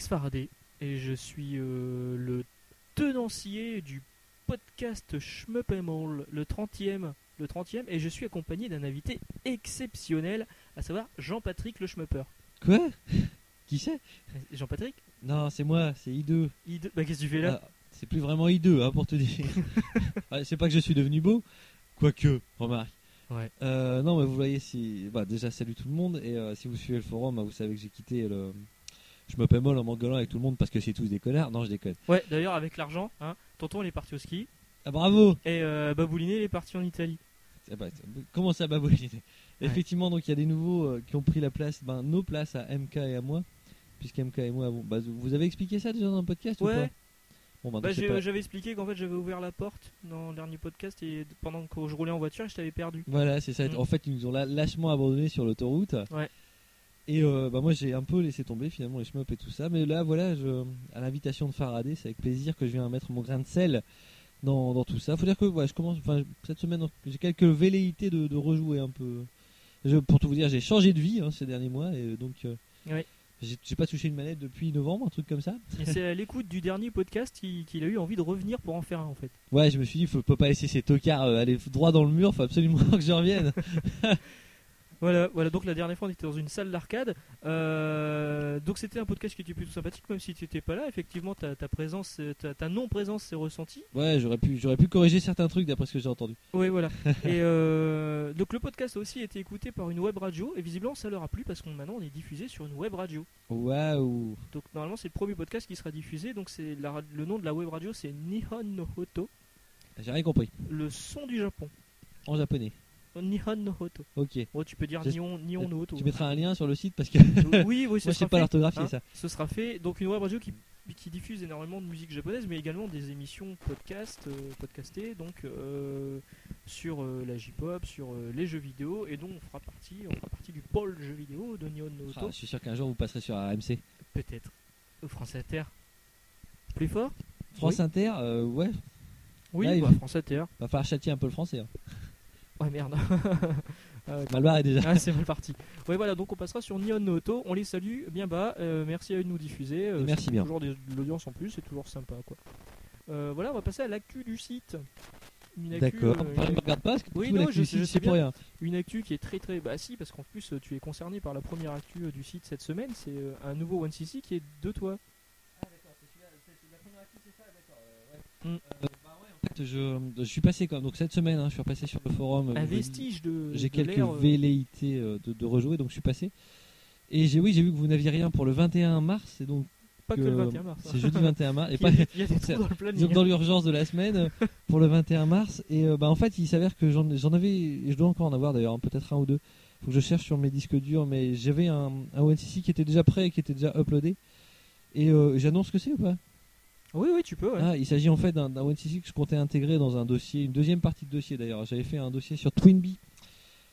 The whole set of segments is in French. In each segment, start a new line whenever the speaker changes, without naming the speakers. Fardet et je suis euh, le tenancier du podcast Shmup and All, le 30e, le 30e, et je suis accompagné d'un invité exceptionnel, à savoir Jean-Patrick le Schmupper.
Quoi Qui c'est
Jean-Patrick
Non, c'est moi, c'est I2.
I2 Bah qu'est-ce que tu fais là
Ah, c'est plus vraiment I2, hein, pour te dire. Ah, c'est pas que je suis devenu beau, quoique, remarque.
Ouais.
Euh, non, mais vous voyez, si. Bah, déjà, salut tout le monde, et euh, si vous suivez le forum, bah, vous savez que j'ai quitté le. Je me paie molle en m'engueulant avec tout le monde parce que c'est tous des connards. Non, je déconne.
Ouais, d'ailleurs avec l'argent, hein, tonton il est parti au ski,
Ah, bravo
et euh, Babouliné il est parti en Italie.
Ah bah, t- Comment ça, babouliner Effectivement, donc il y a des nouveaux euh, qui ont pris la place, ben, nos places à MK et à moi. Puisque MK et moi, avons- bah, vous avez expliqué ça déjà dans un podcast ou
Ouais.
pas Bon, bah,
Bah
donc, c'est
j'ai-
pas-
j'avais expliqué qu'en fait j'avais ouvert la porte dans le dernier podcast et pendant que je roulais en voiture je t'avais perdu.
Voilà, c'est ça.
Mm.
En fait, ils nous ont la- lâchement abandonné sur l'autoroute.
Ouais.
Et euh, bah moi, j'ai un peu laissé tomber finalement les shmups et tout ça. Mais là, voilà, je, à l'invitation de Faraday, c'est avec plaisir que je viens mettre mon grain de sel dans, dans tout ça. Faut dire que ouais, je commence. Enfin, cette semaine, j'ai quelques velléités de, de rejouer un peu. Je, pour tout vous dire, j'ai changé de vie hein, ces derniers mois et euh, donc. euh,
Ouais.
J'ai j'ai pas touché une manette depuis novembre, un truc comme ça.
Et c'est à l'écoute du dernier podcast qu'il qu'il a eu envie de revenir pour en faire un en fait.
Ouais, je me suis dit, faut, faut pas laisser ces tocards euh, aller droit dans le mur, faut absolument que je revienne.
Voilà, voilà, donc la dernière fois on était dans une salle d'arcade. Euh, donc c'était un podcast qui était plutôt sympathique, même si tu n'étais pas là. Effectivement, ta, ta présence, euh, ta, ta non-présence s'est ressentie.
Ouais, j'aurais pu, j'aurais pu corriger certains trucs d'après ce que j'ai entendu.
Oui, voilà. Et euh, donc le podcast a aussi été écouté par une web radio, et visiblement ça leur a plu parce qu'on maintenant on est diffusé sur une web radio.
Waouh
Donc normalement c'est le premier podcast qui sera diffusé. Donc c'est la ra- le nom de la web radio, c'est Nihon no Hoto,
J'ai rien compris.
le son du Japon.
En japonais.
Nihon no Hoto.
Ok.
Bon, tu peux dire
J'es-
Nihon, Nihon no Hoto.
Tu mettras un lien sur le site parce que
Oui, oui, c'est
moi je sais pas l'orthographier
hein.
ça.
Ce sera fait. Donc une web radio qui, qui diffuse énormément de musique japonaise, mais également des émissions podcast, euh, podcastées, donc euh, sur euh, la J-pop, sur euh, les jeux vidéo, et donc on fera partie, on fera partie du pôle jeux vidéo de Nihon no
Ah,
Oto.
je suis sûr qu'un jour vous passerez sur RMC.
Peut-être. Au France Inter. Plus fort
France Inter, euh, ouais,
Oui,
Live.
bah, France Inter.
va falloir châtier un peu le français. Hein.
Ouais, merde. Ah, ouais.
Malbar est déjà.
Ah, c'est mal parti. Ouais, voilà, donc on passera sur Nihon no Oto. On les salue bien bas. euh, merci à eux de nous diffuser. euh,
Et merci
c'est
bien.
Toujours des- de l'audience en plus, c'est toujours sympa, quoi. Euh, voilà, on va passer à l'actu du site. Une actu,
D'accord.
euh,
Enfin, je me regarde pas parce que
Oui,
tout
non,
l'actu
je-
ici,
je sais
c'est pour rien.
une actu qui est très très. Bah, si, parce qu'en plus, euh, tu es concerné par la première actu euh, du site cette semaine. C'est euh, un nouveau 1cc qui est de toi.
En fait, je, je suis passé comme donc cette semaine, hein, je suis repassé sur le forum.
Un
Vous-
vestige de.
Euh, J'ai
de
quelques
l'ère, euh,
velléités euh, de, de rejouer, donc je suis passé. Et j'ai oui, j'ai vu que vous n'aviez rien pour le 21 mars, et donc
Pas que
euh,
le 21 mars. hein.
c'est jeudi 21 mars, et
Il y a
pas,
des- il y a des trous
c'est-
dans le
Disons que
planning.
dans l'urgence de la semaine euh, pour le 21 mars. Et euh, bah, en fait, il s'avère que j'en j'en avais, et je dois encore en avoir d'ailleurs, hein, peut-être un ou deux. Faut que je cherche sur mes disques durs, mais j'avais un, un ONCC qui était déjà prêt et qui était déjà uploadé. Et euh, j'annonce ce que c'est ou pas
Oui, oui, tu peux, hein. ouais.
Ah, Il s'agit en fait d'un d'un ONCC que je comptais intégrer dans un dossier, une deuxième partie de dossier d'ailleurs. J'avais fait un dossier sur Twinbee.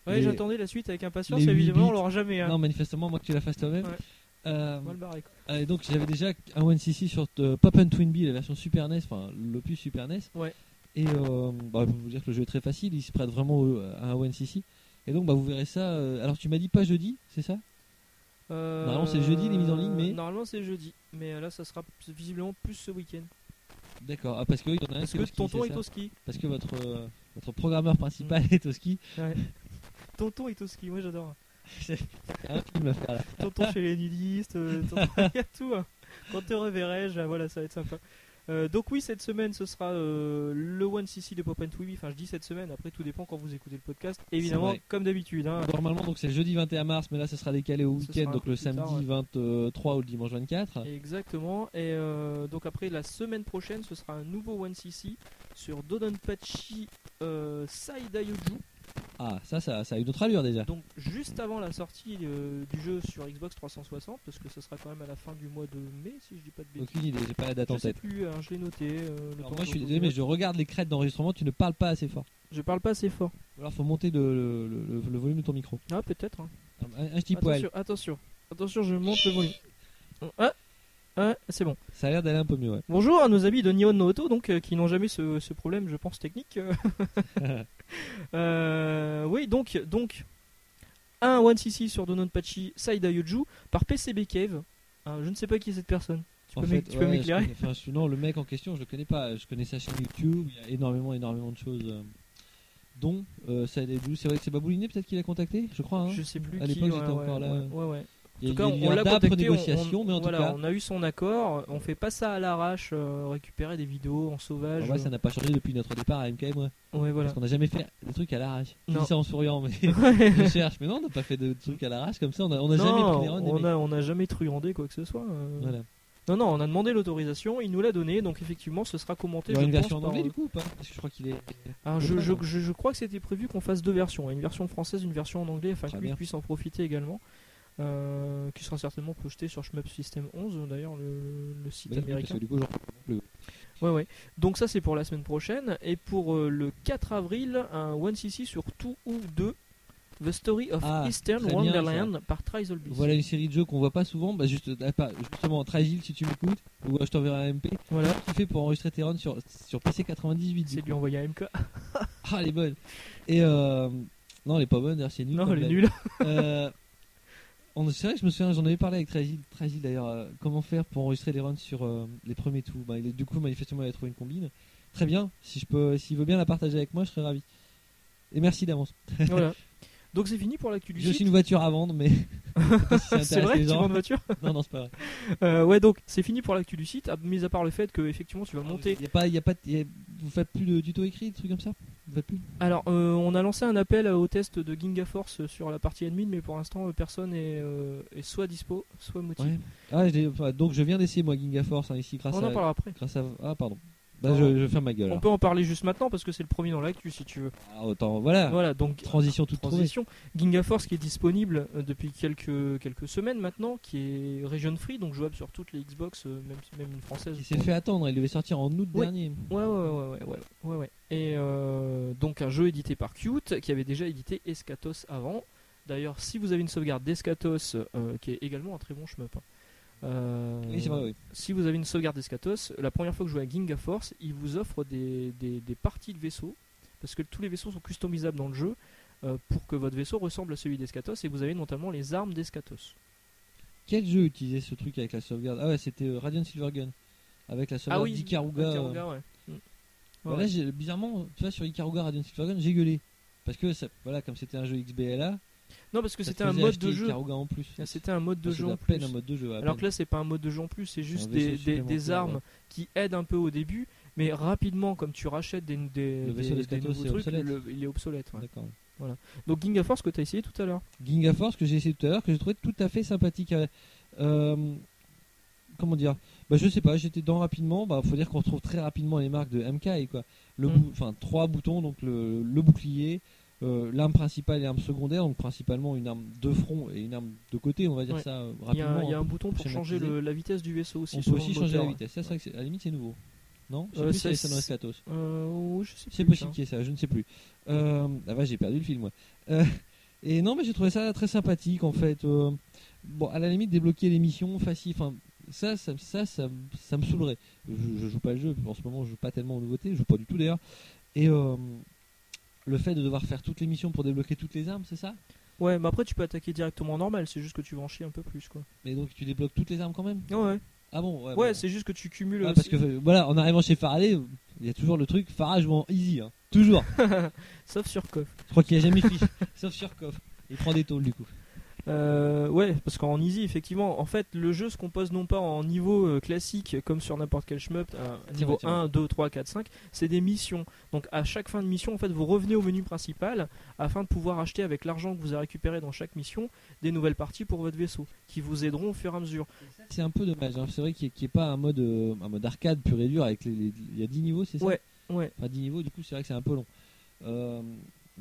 Ouais,
les-
j'attendais la suite avec impatience,
les
mais
huit
évidemment, on
bits.
l'aura jamais. hein.
Non, manifestement, moi que tu la fasses toi-même.
Ouais.
Euh,
Mal barré, quoi.
Ah, Et donc j'avais déjà un OneCC sur euh, Pop and Twinbee, la version Super NES, enfin l'opus Super NES.
Ouais.
Et euh, bah, pour vous dire que le jeu est très facile, il se prête vraiment au- à un OneCC. Et donc bah, vous verrez ça. euh, alors tu m'as dit pas jeudi, c'est ça
Euh,
Normalement, c'est jeudi, les mises en ligne, mais-
Normalement c'est jeudi, mais euh, là ça sera p- visiblement plus ce week-end.
D'accord. Ah, parce que oui, t'en as un
Parce
qui
que
au ski,
tonton est
c'est ça
au Mm. ski.
Parce que votre, euh, votre programmeur principal est au ski.
Tonton est au ski, moi j'adore.
Il y a un film à faire là.
Tonton chez les nudistes, euh, tonton, il y a tout. hein. Quand te reverrai-je, ah, voilà, ça va être sympa. Euh, donc oui, cette semaine, ce sera euh, le 1cc de Pop and Twibby. Enfin, je dis cette semaine, après tout dépend quand vous écoutez le podcast. Évidemment,
vrai.
comme d'habitude. hein.
Normalement donc c'est le jeudi 21 mars, mais là ça sera décalé au
Ce sera
week-end,
un
donc
peu
le
plus tard,
samedi 23 ou le dimanche 24.
Exactement. Et euh, donc après, la semaine prochaine, ce sera un nouveau 1cc sur Dodonpachi euh, Saidaioju.
Ah ça, ça ça a une autre allure déjà.
Donc juste avant la sortie euh, du jeu sur Xbox 360, parce que ce sera quand même à la fin du mois de mai, si je dis pas de bêtises.
Aucune idée, j'ai pas la date
Je
en
sais
tête.
plus, hein, je l'ai noté. euh, le
Alors,
temps
moi
que
je suis
vous-
désolé, mais je regarde les crêtes d'enregistrement, tu ne parles pas assez fort.
Je parle pas assez fort.
Ou Alors faut monter le, le- le- le volume de ton micro.
Ah peut-être. hein.
Un, un petit poil.
Attention, attention, attention, je monte le volume. Ah, ah, c'est bon.
Ça a l'air d'aller un peu mieux. Ouais.
Bonjour à nos amis de Nihon no Auto, donc euh, qui n'ont jamais ce, ce problème, je pense technique. Euh, oui, donc donc un 1cc sur Dononpachi Saida Yuju par PCB Cave. Ah, je ne sais pas qui est cette personne. Tu
En
peux
fait,
m'é- tu peux
ouais, je
m'éclairer
connais- enfin, je- non, le mec en question, je le connais pas. Je connais sa chaîne YouTube. Il y a énormément, énormément de choses. euh, dont, euh, ça, allait d'où- c'est vrai que c'est Babouliné peut-être qu'il a contacté, je crois. hein.
Je sais plus
À
qui.
l'époque,
ouais,
j'étais
ouais,
encore là.
ouais, ouais, ouais.
Il
En
y a-
tout cas,
il y a eu
on, on
un
l'a
d'âpres
contacté, on-
négociations,
on-
mais en
voilà,
tout cas,
on a eu son accord. On fait pas ça à l'arrache, euh, récupérer des vidéos en sauvage.
en vrai, Ah bah, ça n'a pas changé depuis notre départ à MKM. ouais.
Ouais, voilà.
Parce qu'on n'a jamais fait des trucs à l'arrache. Je
Non.
dis ça en souriant, mais je cherche. Mais non, on n'a pas fait de trucs à l'arrache comme ça. On n'a on n'a
non,
jamais pris les rônes,
on
mais-
a, on a jamais truandé quoi que ce soit. euh.
Voilà.
Non, non, on a demandé l'autorisation, il nous l'a donné, donc effectivement, ce sera commenté.
Il y aura
je
une
pense,
version en
par, Bah,
anglais
euh,
du coup ou pas Parce que je crois qu'il est.
Alors, je,
Ouais,
je,
ouais.
je- je crois que c'était prévu qu'on fasse deux versions, une version française, une version en anglais, afin
Très
que lui
bien.
puisse en profiter également, euh, qui sera certainement projeté sur Shmup System 11, euh, d'ailleurs le, le site
Bah, parce
américain.
que du coup, genre,
Ouais, ouais. Donc ça c'est pour la semaine prochaine, et pour euh, le 4 avril, un 1cc sur tout ou 2, The Story of
Ah,
Eastern
très bien,
Wonderland par Trisolby.
Voilà une série de jeux qu'on voit pas souvent. Bah juste, ah, pas, justement, Tragil si tu m'écoutes, ou euh, je t'enverrai un MP.
Voilà,
Qui fait pour enregistrer tes runs sur, sur PC 98 du
c'est
coup.
lui envoyé à MK.
Ah, elle est bonne. Et euh, non, elle est pas bonne. D'ailleurs, c'est nul.
Non,
comme
elle est
blague.
nulle.
Euh, on- c'est vrai que je me souviens, j'en avais parlé avec Tragil, Tragil d'ailleurs. euh, comment faire pour enregistrer les runs sur euh, les premiers tours Bah, il est- Du coup, manifestement, il a trouvé une combine. Très bien. Si je peux, s'il veut bien la partager avec moi, je serais ravi. Et merci d'avance.
voilà. Donc c'est fini pour l'actu du
J'ai aussi
site.
une voiture à vendre, mais. je sais pas si ça
C'est
intéresse
vrai,
les
tu
gens.
vends de voiture
Non, non, c'est pas vrai.
Euh, ouais, donc c'est fini pour l'actu du site, à- mis à part le fait que effectivement tu vas monter.
Il y a pas, il y a pas, il y a- vous faites plus de tuto écrit, des trucs comme ça Vous faites plus
Alors, euh, on a lancé un appel au test de Ginga Force sur la partie admin, mais pour l'instant euh, personne est, euh, est soit dispo, soit motivé.
Ouais. Ah, je l'ai- enfin, donc je viens d'essayer moi Ginga Force hein, ici grâce
on en
à,
parlera après.
grâce à. Ah, pardon. Bah,
Non.
je, je ferme ma gueule.
On
alors.
peut en parler juste maintenant parce que c'est le premier dans l'actu si tu veux.
Ah, autant, voilà.
Voilà, donc
Transition toute trouvée.
transition. Ginga Force qui est disponible euh, depuis quelques, quelques semaines maintenant, qui est region free, donc jouable sur toutes les Xbox, euh, même, même une française.
Il s'est fait attendre, il devait sortir en août
Oui.
dernier.
Ouais, ouais, ouais, ouais, ouais, ouais, ouais. Et euh, donc un jeu édité par Cute qui avait déjà édité Escatos avant. D'ailleurs, si vous avez une sauvegarde d'Escatos, euh, qui est également un très bon shmup, hein, euh,
Oui, c'est vrai, oui.
si vous avez une sauvegarde d'Escatos, la première fois que je jouais à Ginga Force, il vous offre des, des- des parties de vaisseaux, parce que tous les vaisseaux sont customisables dans le jeu euh, pour que votre vaisseau ressemble à celui d'Escatos, et vous avez notamment les armes d'Escatos.
Quel jeu utilisait ce truc avec la sauvegarde Ah ouais, c'était euh, Radiant Silvergun. Avec la
Ah
sauvegarde d'Ikaruga. euh,
Ikaruga, ouais. Mm. Ouais,
Voilà,
ouais.
j'ai- bizarrement, tu vois, sur Ikaruga Radiant Silvergun, j'ai gueulé. Parce que, ça, voilà, comme c'était un jeu XBLA,
Non, parce que
ça te
c'était un
faisait
mode
acheter
de jeu. Ah,
Ikaruga en plus.
C'était un mode de
C'est
jeu
de
en
la peine
plus.
un mode de jeu. à
Alors
peine.
que là, c'est pas un mode de jeu en plus, c'est juste des,
vaisseau
des- des
supplémentaire,
armes
ouais.
qui aident un peu au début, mais rapidement, comme tu rachètes des, des,
Le vaisseau
des-
de Skatos,
des nouveaux
c'est
trucs,
obsolète.
le- il est obsolète. ouais.
D'accord.
Donc Ginga Force que tu as essayé tout à l'heure.
Ginga Force que j'ai essayé tout à l'heure, que j'ai trouvé tout à fait sympathique. Euh, euh, comment dire bah, Je sais pas, j'étais dedans rapidement. Bah, faut dire qu'on retrouve très rapidement les marques de MK. Quoi. Le
Mm.
bou- enfin, trois boutons, donc le, le bouclier, euh, l'arme principale et l'arme secondaire. Donc principalement une arme de front et une arme de côté, on va dire
Ouais.
ça euh,
Il y a,
rapidement.
il y a un bouton pour
schématiser.
changer le- la vitesse du vaisseau aussi.
on peut
selon
aussi
le
changer la
moteur.
vitesse. Ça, c'est vrai que c'est- à la limite, c'est nouveau. Non Je sais
Euh,
plus si
ça,
c'est San
c'est-
Skatos.
Euh, oh, je sais
C'est
plus,
possible
ça.
qu'il y ait ça, je ne sais plus. Euh, ah bah, j'ai perdu le film, moi. Euh, et non, mais j'ai trouvé ça très sympathique, en fait. Euh, bon, à la limite, débloquer les missions facile, enfin, ça, ça, ça, ça, ça me saoulerait. Je, je joue pas le jeu, en ce moment, je joue pas tellement aux nouveautés, je joue pas du tout d'ailleurs. Et euh, le fait de devoir faire toutes les missions pour débloquer toutes les armes, c'est ça
Ouais, mais après tu peux attaquer directement en normal, c'est juste que tu vas en chier un peu plus quoi.
Mais donc, tu débloques toutes les armes quand même
Ouais, ouais.
Ah bon Ouais, bon.
c'est juste que tu cumules.
Ouais,
aussi.
parce que euh, voilà, en arrivant chez Faraday, il y a toujours le truc Farah joue en easy, hein. toujours.
Sauf sur KOF.
Je crois qu'il a jamais fini, sauf sur Coff. Il prend des tôles du coup.
Euh, ouais, parce qu'en easy, effectivement, en fait, le jeu se compose non pas en niveau euh, classique, comme sur n'importe quel shmup, euh,
C'est
niveau
vrai, c'est vrai.
1, 2, 3, 4, 5, c'est des missions. Donc à chaque fin de mission, en fait, vous revenez au menu principal afin de pouvoir acheter avec l'argent que vous avez récupéré dans chaque mission des nouvelles parties pour votre vaisseau, qui vous aideront au fur et à mesure.
C'est un peu dommage, hein. c'est vrai qu'il n'y ait pas un mode, euh, un mode arcade pur et dur avec les, les- il y a 10 niveaux, c'est ça
Ouais, ouais.
Enfin, 10 niveaux, du coup, c'est vrai que c'est un peu long. Euh,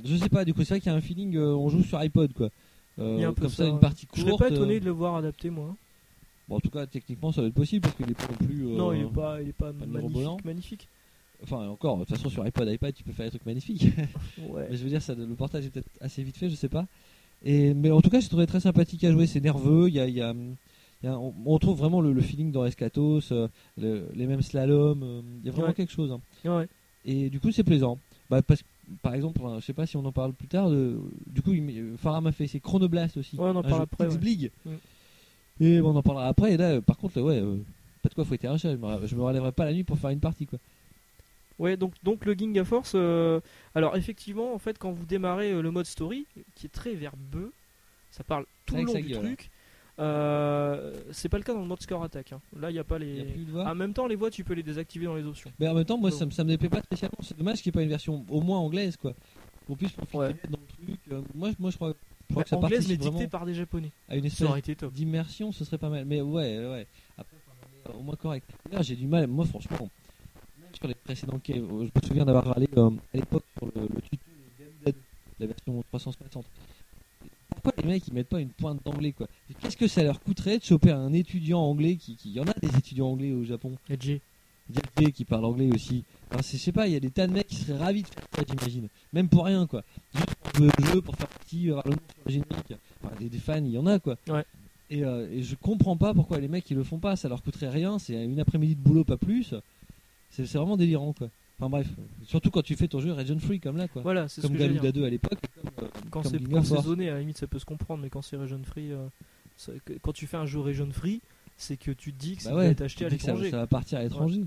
je sais pas, du coup, c'est vrai qu'il y a un feeling, euh, on joue sur iPod quoi. Euh,
Il y a un peu
comme ça,
ça, ouais.
une partie
Je
courte.
serais pas étonné
euh,
de le voir adapté, moi. hein.
bon, en tout cas, techniquement, ça va être possible parce qu'il est pas non plus. euh,
non, il est pas, il est pas,
pas mirobolant.
magnifique, magnifique.
Enfin, encore, de toute façon, sur iPod, iPad, tu peux faire des trucs magnifiques.
Ouais.
Mais je veux dire, ça, le portage est peut-être assez vite fait, je sais pas. Et, mais en tout cas, j'ai trouvé très sympathique à jouer. C'est nerveux. Il y a, il y a- il y a- on, on trouve vraiment le, le feeling dans Escatos, euh, le- les mêmes slaloms. euh, il y a vraiment
Ouais.
quelque chose. hein.
Ouais.
Et du coup, c'est plaisant. Bah, parce, que, par exemple, hein, je sais pas si on en parle plus tard. de- du coup, il m- Farah m'a euh, fait ses Chronoblast aussi.
Ouais, on en
un
parle
jeu
après, ouais.
X-Blig.
Mm.
Et bon, on en parlera après. Et là, euh, par contre, là, ouais, euh, pas de quoi fouetter un chat. Je me, je me relèverai pas la nuit pour faire une partie, quoi.
Ouais, donc, donc le Ginga Force. euh, alors, effectivement, en fait, quand vous démarrez euh, le mode story, qui est très verbeux, ça parle tout le
Avec
long
sa
du
gueule, hein.
truc. Euh, c'est pas le cas dans le mode score attack. hein. Là, il n'y a pas
Y a
les.
plus de voix.
En même temps, les voix, tu peux les désactiver dans les options.
Mais en même temps, moi,
Bon.
ça, me- ça me déplaît pas spécialement. C'est dommage qu'il n'y ait pas une version au moins anglaise, quoi. Qu'on puisse profiter
Ouais. Bah,
dans le truc. Euh, moi, je- moi, je crois, je crois que ça
Anglaise, mais
participe
dictée
vraiment
par des japonais.
à une espèce
Ça aurait été top.
d'immersion, ce serait pas mal. Mais ouais, ouais. Après, enfin, on est au moins correct. D'ailleurs, j'ai du mal, moi, franchement, même sur les précédents games, euh, je me souviens d'avoir râlé euh, à l'époque pour le, le tuto de Game Dead, la version 360. Pourquoi les mecs ils mettent pas une pointe d'anglais quoi Qu'est-ce que ça leur coûterait de choper un étudiant anglais qui, qui... Il y en a des étudiants anglais au Japon
Edgy.
Diablé qui parle anglais aussi. Enfin, c'est- je sais pas, il y a des tas de mecs qui seraient ravis de faire ça, j'imagine. Même pour rien, quoi. Juste pour jouer au jeu, pour faire partie, avoir le nom sur le générique. Enfin, des, des fans, il y en a, quoi.
Ouais.
Et, euh, et je comprends pas pourquoi les mecs ils le font pas. Ça leur coûterait rien, c'est une après-midi de boulot, pas plus. C'est c'est vraiment délirant, quoi. Enfin bref, surtout quand tu fais ton jeu Region Free comme là, quoi.
Voilà, c'est ce
comme
que j'allais
Galuda
dire.
2 à l'époque. et comme, euh,
Quand
comme
c'est
Ginga
quand c'est
Force.
zoné, à la limite, ça peut se comprendre, mais quand c'est region free, euh, ça- que- quand tu fais un jeu region free, c'est que tu te dis que ça
Bah
va
ouais,
être acheté
tu
à
dis que ça,
l'étranger.
ça va partir à l'étranger.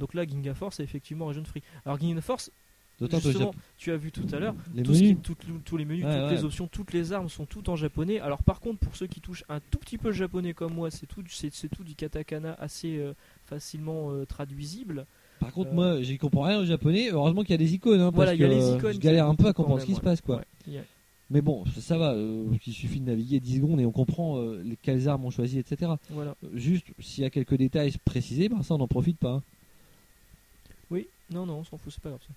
Donc là, Ginga Force, c'est effectivement region free. Alors, Ginga Force,
D'autant que
justement,
le Japon-
tu as vu tout à l'heure,
les
tout ce qui-
menus.
tout- tout- tous les menus,
Ouais,
toutes
ouais.
les options, toutes les armes sont toutes en japonais. Alors par contre, pour ceux qui touchent un tout petit peu le japonais comme moi, c'est tout, c'est c'est tout du katakana assez euh, facilement euh, traduisible.
Par contre,
Euh,
moi, j'y comprends rien au japonais. Heureusement qu'il y a des icônes, hein, parce
Voilà, il y a
que,
les
euh,
icônes
je galère
qui
un peu à
aident
comprendre
quand
ce qui
même,
se passe, quoi.
Ouais, il y a-
Mais bon, ça, ça va. euh, il suffit de naviguer 10 secondes et on comprend euh, les- quelles armes on choisit, etc.
voilà.
Euh, Juste, s'il y a quelques détails précisés, ben ça, on n'en profite pas. hein.
Oui, non, non, on s'en fout, c'est pas grave. ça.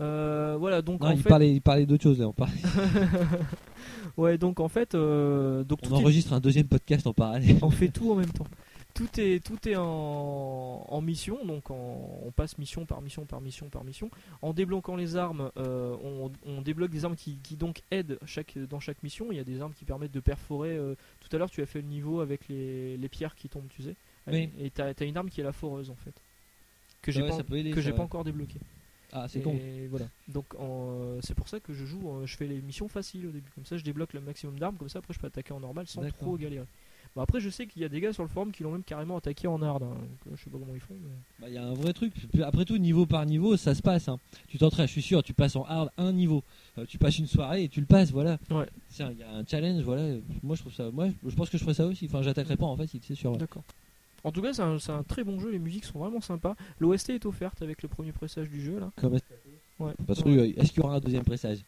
Euh, voilà, donc
Non,
en
il,
fait,
parlait, il parlait d'autre chose là. On, parlait-
ouais, donc en fait, euh, donc
on
tout est-
enregistre un deuxième podcast en parallèle.
on fait tout en même temps. Tout est, tout est en, en mission, donc en- on passe mission par mission par mission par mission. En débloquant les armes, euh, on, on débloque des armes qui, qui donc aident chaque, dans chaque mission. Il y a des armes qui permettent de perforer. euh, tout à l'heure, tu as fait le niveau avec les, les pierres qui tombent, tu sais.
Oui. Ah
Et t'as as une arme qui est la foreuse en fait. Que j'ai
Ouais,
pas,
ça peut aider,
que
ça,
j'ai pas
ouais.
encore débloqué.
Ah, c'est
Et
con.
voilà. Donc en, euh, c'est pour ça que je joue, en- je fais les missions faciles au début. Comme ça, je débloque le maximum d'armes. Comme ça, après, je peux attaquer en normal sans
D'accord.
trop galérer. Bon, après, je sais qu'il y a des gars sur le forum qui l'ont même carrément attaqué en hard. hein. Donc, euh, je sais pas comment ils font. mais-
Bah, Il y a un vrai truc. Puis, Après tout, niveau par niveau, ça se passe. hein. Tu t'entraînes, je suis sûr. Tu passes en hard un niveau. Euh, tu passes une soirée et tu le passes, voilà.
Ouais.
C'est un- Il y a un challenge, voilà. Moi, je trouve ça. Moi, je pense que je ferais ça aussi. Enfin, j'attaquerai pas en facile, c'est sûr. ouais.
D'accord. En tout cas, c'est un, c'est un très bon jeu. Les musiques sont vraiment sympas. L'OST est offerte avec le premier pressage du jeu là.
Comme
Ouais.
Parce que,
Ouais.
euh, est-ce qu'il y aura un deuxième pressage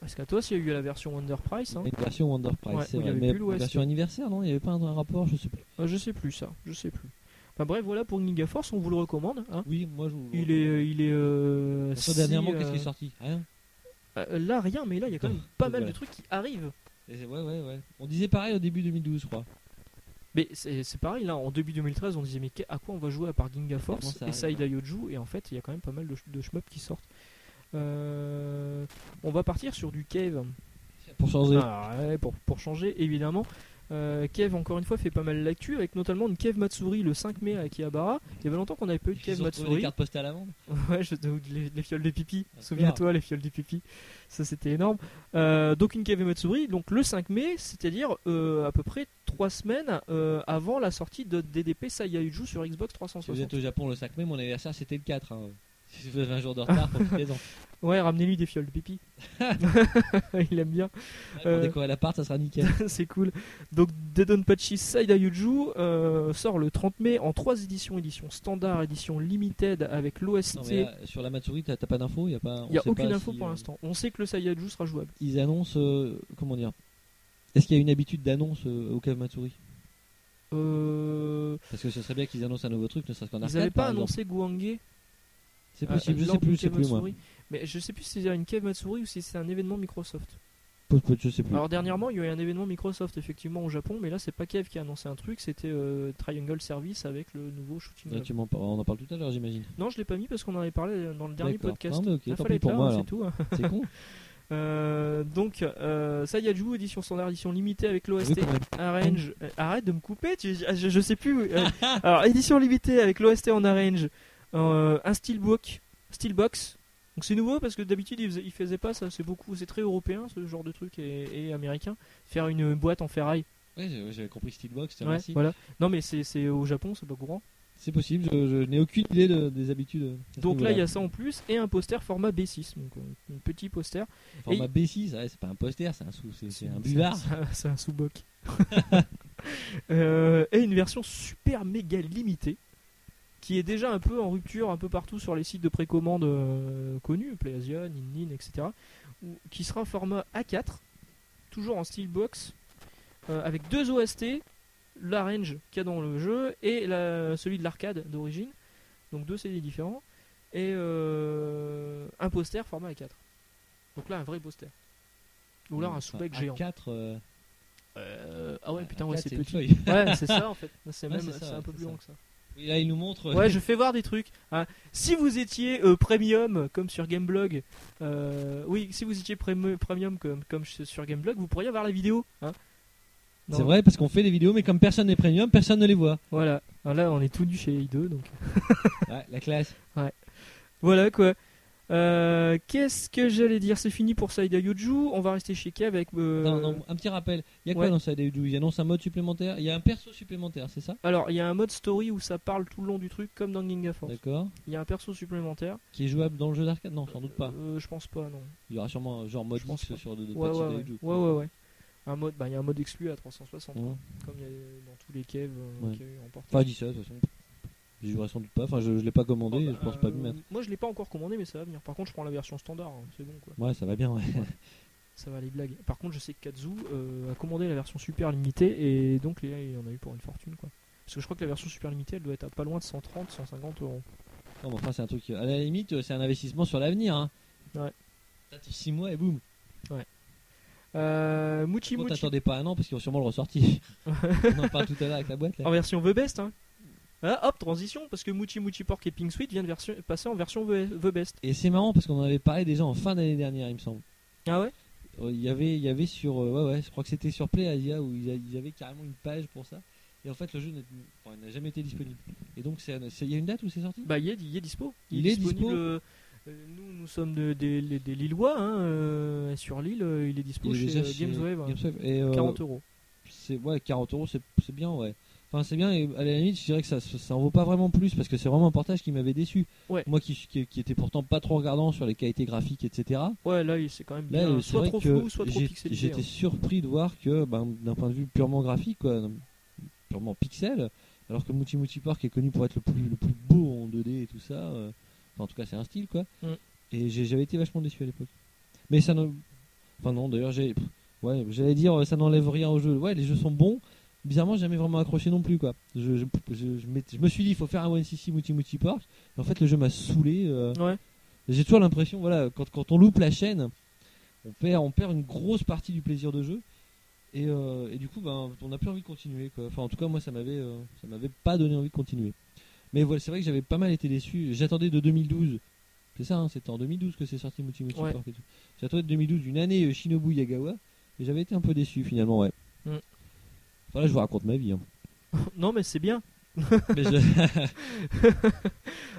Parce qu'à toi, s'il y a eu la version Wonder Price, hein.
Une version Wonder Price,
Ouais,
c'est
où il y
vrai.
avait
Mais
plus l'OST.
une version anniversaire, non Il n'y avait pas un, un rapport, je sais plus.
Ah, je sais plus ça. Je sais plus. Enfin, bref, voilà pour Ninja Force, on vous le recommande. hein.
Oui, moi je vous.
Il est, il est. euh,
Attention,
si,
euh, dernièrement, qu'est-ce
euh,
qui est sorti Rien.
Euh, Là, rien, mais là, il y a quand même pas mal de
Voilà.
trucs qui arrivent.
Et c'est- Ouais, ouais, ouais. On disait pareil au début 2012, je crois.
Mais c'est c'est pareil, là, en début 2013, on disait, mais qu'est- à quoi on va jouer à part Ginga
Comment
Force
ça
et
arrive,
Saïda Yoju Et en fait, il y a quand même pas mal de, ch- de shmups qui sortent. Euh, on va partir sur du Cave.
Pour changer.
Ah ouais, pour, pour changer, évidemment. Euh, Kev, encore une fois, fait pas mal l'actu, avec notamment une Kev Matsuri le 5 mai à Akihabara. Il y avait longtemps qu'on n'avait pas eu de
Ils
Kev
ont retrouvé les
Matsuri.
cartes postales à vendre.
Ouais, je, te- les, les fioles de pipi.
Ah,
Souviens-toi, les fioles de pipi. Ça, c'était énorme. Euh, donc, une cave Matsuri, donc le 5 mai, c'est-à-dire euh, à peu près 3 semaines euh, avant la sortie de DDP Saiyaiju sur Xbox
Si vous
360.
êtes au Japon le 5 mai, mon anniversaire c'était le 4. Hein. Si vous avez un jour de retard, profitez-en. Ouais,
Ouais, ramenez-lui des fioles de pipi. Il aime bien,
Pour
Euh.
décorer l'appart, ça sera nickel.
c'est cool. Donc, Dedonpachi Saiyaiju euh, sort le 30 mai en 3 éditions édition standard, édition limited avec l'OST.
Non, mais
Il
là, sur la Matsuri, t'as t'as pas d'infos Il n'y a, pas, on
n'y a
sait
aucune
pas
info
si,
pour
euh,
l'instant. On sait que le Saiyaiju sera jouable.
Ils annoncent. euh, comment dire Est-ce qu'il y a une habitude d'annonce euh, au Cave Matsuri
Euh,
Parce que ce serait bien qu'ils annoncent un nouveau truc, ne serait-ce qu'en
ils
arcade.
n'avaient pas
par exemple.
annoncé Guangé
C'est possible,
Euh,
je
lors
sais plus,
d'une
je sais
cave
plus moi.
Matsuri. Mais je sais plus si c'est une cave Matsuri ou si c'est un événement Microsoft.
Peut-être, Je sais plus.
Alors dernièrement, il y a eu un événement Microsoft effectivement au Japon, mais là c'est pas Kev qui a annoncé un truc, c'était euh, Triangle Service avec le nouveau shooting.
Là,
game.
tu m'en parles- on en parle tout à l'heure, j'imagine.
Non, je l'ai pas mis parce qu'on en avait parlé euh, dans le dernier
D'accord.
podcast.
Non, mais ok,
Là,
tant
fallait
pis
être
pour
là,
moi,
hein,
alors.
c'est tout. hein.
C'est con.
Euh, donc euh, Saiyajou édition standard, édition limitée avec
T'as vu
l'OST.
comment il-
Arrange. Euh, arrête de me couper, tu- ah, je, je sais plus. oui. Euh, alors, édition limitée avec l'OST en arrange. Euh, un steelbook, steelbox. Donc c'est nouveau parce que d'habitude ils faisaient, ils faisaient pas ça. C'est beaucoup, c'est très européen ce genre de truc et, et américain. Faire une boîte en ferraille.
Ouais, j'ai- ouais, j'avais compris Steelbox, je te
Ouais,
remercie.
voilà. Non, mais c'est c'est au Japon, c'est pas courant.
C'est possible, je, je n'ai aucune idée de- des habitudes. euh,
Donc là, il y a ça en plus et un poster format B6, donc euh, un petit poster.
Format B6, ouais, c'est pas un poster, c'est un, sou- c'est- c'est un
C'est-
buvard.
c'est un- C'est un sous-boc. Euh, et une version super méga limitée qui est déjà un peu en rupture un peu partout sur les sites de précommande euh, connus, PlayAsia, Ninlin, etc. où- qui sera format A4, toujours en steelbox, euh, avec deux OST, la range qu'il y a dans le jeu et la- celui de l'arcade d'origine, donc deux CD différents, et euh, un poster format A4. Donc là, un vrai poster. Ou là, un sous-bec géant.
4
Euh, ah ouais, putain, ouais, c'est petit.
petit.
Ouais, c'est ça en fait. C'est
Ouais,
même,
c'est ça,
c'est un
ouais,
peu
c'est
plus
ça.
long que ça.
Et là, il nous montre. euh,
Ouais, je fais voir des trucs. hein. Si vous étiez euh, premium comme sur Gameblog, euh, oui, si vous étiez prém- premium comme, comme ch- sur Gameblog, vous pourriez avoir la vidéo. hein.
C'est
Non,
vrai, parce qu'on fait des vidéos, mais comme personne n'est premium, personne ne les voit.
Voilà. Alors là, on est tout nu chez les deux, donc euh,
Ouais, la classe.
voilà quoi. Euh, Qu'est-ce que j'allais dire C'est fini pour Saïda Yuju. On va rester chez Kev avec. euh,
Attends, non, un petit rappel. Il y a quoi
ouais.
dans ça Ils annoncent un mode supplémentaire Il y a un perso supplémentaire, c'est ça
Alors, il y a un mode story où ça parle tout le long du truc, comme dans Ginga Force.
D'accord.
Il y a un perso supplémentaire.
Qui est jouable dans le jeu d'arcade Non, sans doute pas.
Euh, je pense pas, non.
Il y aura sûrement un genre mode
Je pense
X
pas.
sur de, de
Ouais,
petits
ouais, ouais.
Daiju.
ouais, ouais, ouais. Un mode, bah, il y a un mode exclu à 360,
euh. Ouais.
hein, comme il y a dans tous les caves euh,
Ouais.
qu'il y a eu en portant.
Hein? Enfin, je dis ça, de toute façon. J'y jouerai sans doute pas. Enfin, je, je l'ai pas commandé,
Oh,
et
bah,
je pense pas
euh,
m'y mettre.
Moi, je l'ai pas encore commandé, mais ça va venir. Par contre, je prends la version standard, hein, c'est bon quoi.
Ouais, ça va bien, ouais.
Ça va les blagues. Par contre, je sais que Katsu euh, a commandé la version super limitée et donc là, il en a eu pour une fortune quoi. Parce que je crois que la version super limitée, elle doit être à pas loin de 130, 150 euros.
Non, mais enfin, c'est un truc. qui- À la limite, euh, c'est un investissement sur l'avenir. Hein.
Ouais.
6 mois et boum.
Euh, Muchi
Pourquoi
Muchi
t'attendais pas un an parce qu'ils vont sûrement le ressortir On en parle tout à l'heure avec la boîte là.
en version The Best. Hein. Ah, hop, transition, parce que Muchi Muchi Pork et Pink Sweet viennent version- passer en version The The Best.
Et c'est marrant parce qu'on en avait parlé déjà en fin d'année dernière, il me semble.
Ah ouais
Euh, Il y avait, il y avait sur, euh, ouais ouais, je crois que c'était sur PlayAsia où ils, a- ils avaient carrément une page pour ça. Et en fait, le jeu n'a enfin, il n'a jamais été disponible. Et donc, c'est, c'est- il y a une date où c'est sorti
Bah, il est, il est dispo.
Il est dispo.
disponible, euh, euh, nous, nous sommes de- des, les- des Lillois hein, euh, sur l'île. euh, il est dispo
Il est
chez
déjà
euh,
chez
Gameswave. hein.
GameSwave. Et, euh,
40 euros.
c'est ouais 40 euros c'est c'est bien ouais enfin c'est bien et à la limite je dirais que ça ça en vaut pas vraiment plus parce que c'est vraiment un portage qui m'avait déçu
Ouais.
moi qui, qui qui était pourtant pas trop regardant sur les qualités graphiques etc
Ouais, là, il- c'est quand même
là
bien.
euh, c'est
soit
vrai
trop
que
flou, soit trop
j'ai-
pixelisé.
j'étais
hein.
surpris de voir que ben, d'un point de vue purement graphique quoi, purement pixel alors que Mouti Mouti Park est connu pour être le plus le plus beau en 2D et tout ça euh, enfin, en tout cas c'est un style quoi
Mm.
et j'ai- j'avais été vachement déçu à l'époque mais ça n'en- enfin non d'ailleurs j'ai pff, ouais j'allais dire euh, ça n'enlève rien au jeu ouais les jeux sont bons bizarrement j'ai jamais vraiment accroché non plus quoi je je, je- je m'étais- je me suis dit il faut faire un one cc Mouti Mouti Park en fait le jeu m'a saoulé euh,
Ouais.
j'ai toujours l'impression, voilà, quand, quand on loupe la chaîne, on perd, on perd une grosse partie du plaisir de jeu. Et, euh, et du coup, ben, on n'a plus envie de continuer. Quoi. Enfin, en tout cas, moi, ça m'avait, euh, ça m'avait pas donné envie de continuer. Mais voilà, c'est vrai que j'avais pas mal été déçu. J'attendais de 2012. C'est ça, hein, c'était en 2012 que c'est sorti Muti Muti
Ouais.
Pork et tout. J'attendais de 2012 une année euh, Shinobu Yagawa. Et j'avais été un peu déçu finalement, ouais.
Mm.
Voilà, je vous raconte ma vie. hein.
Non, mais c'est bien.
Mais je-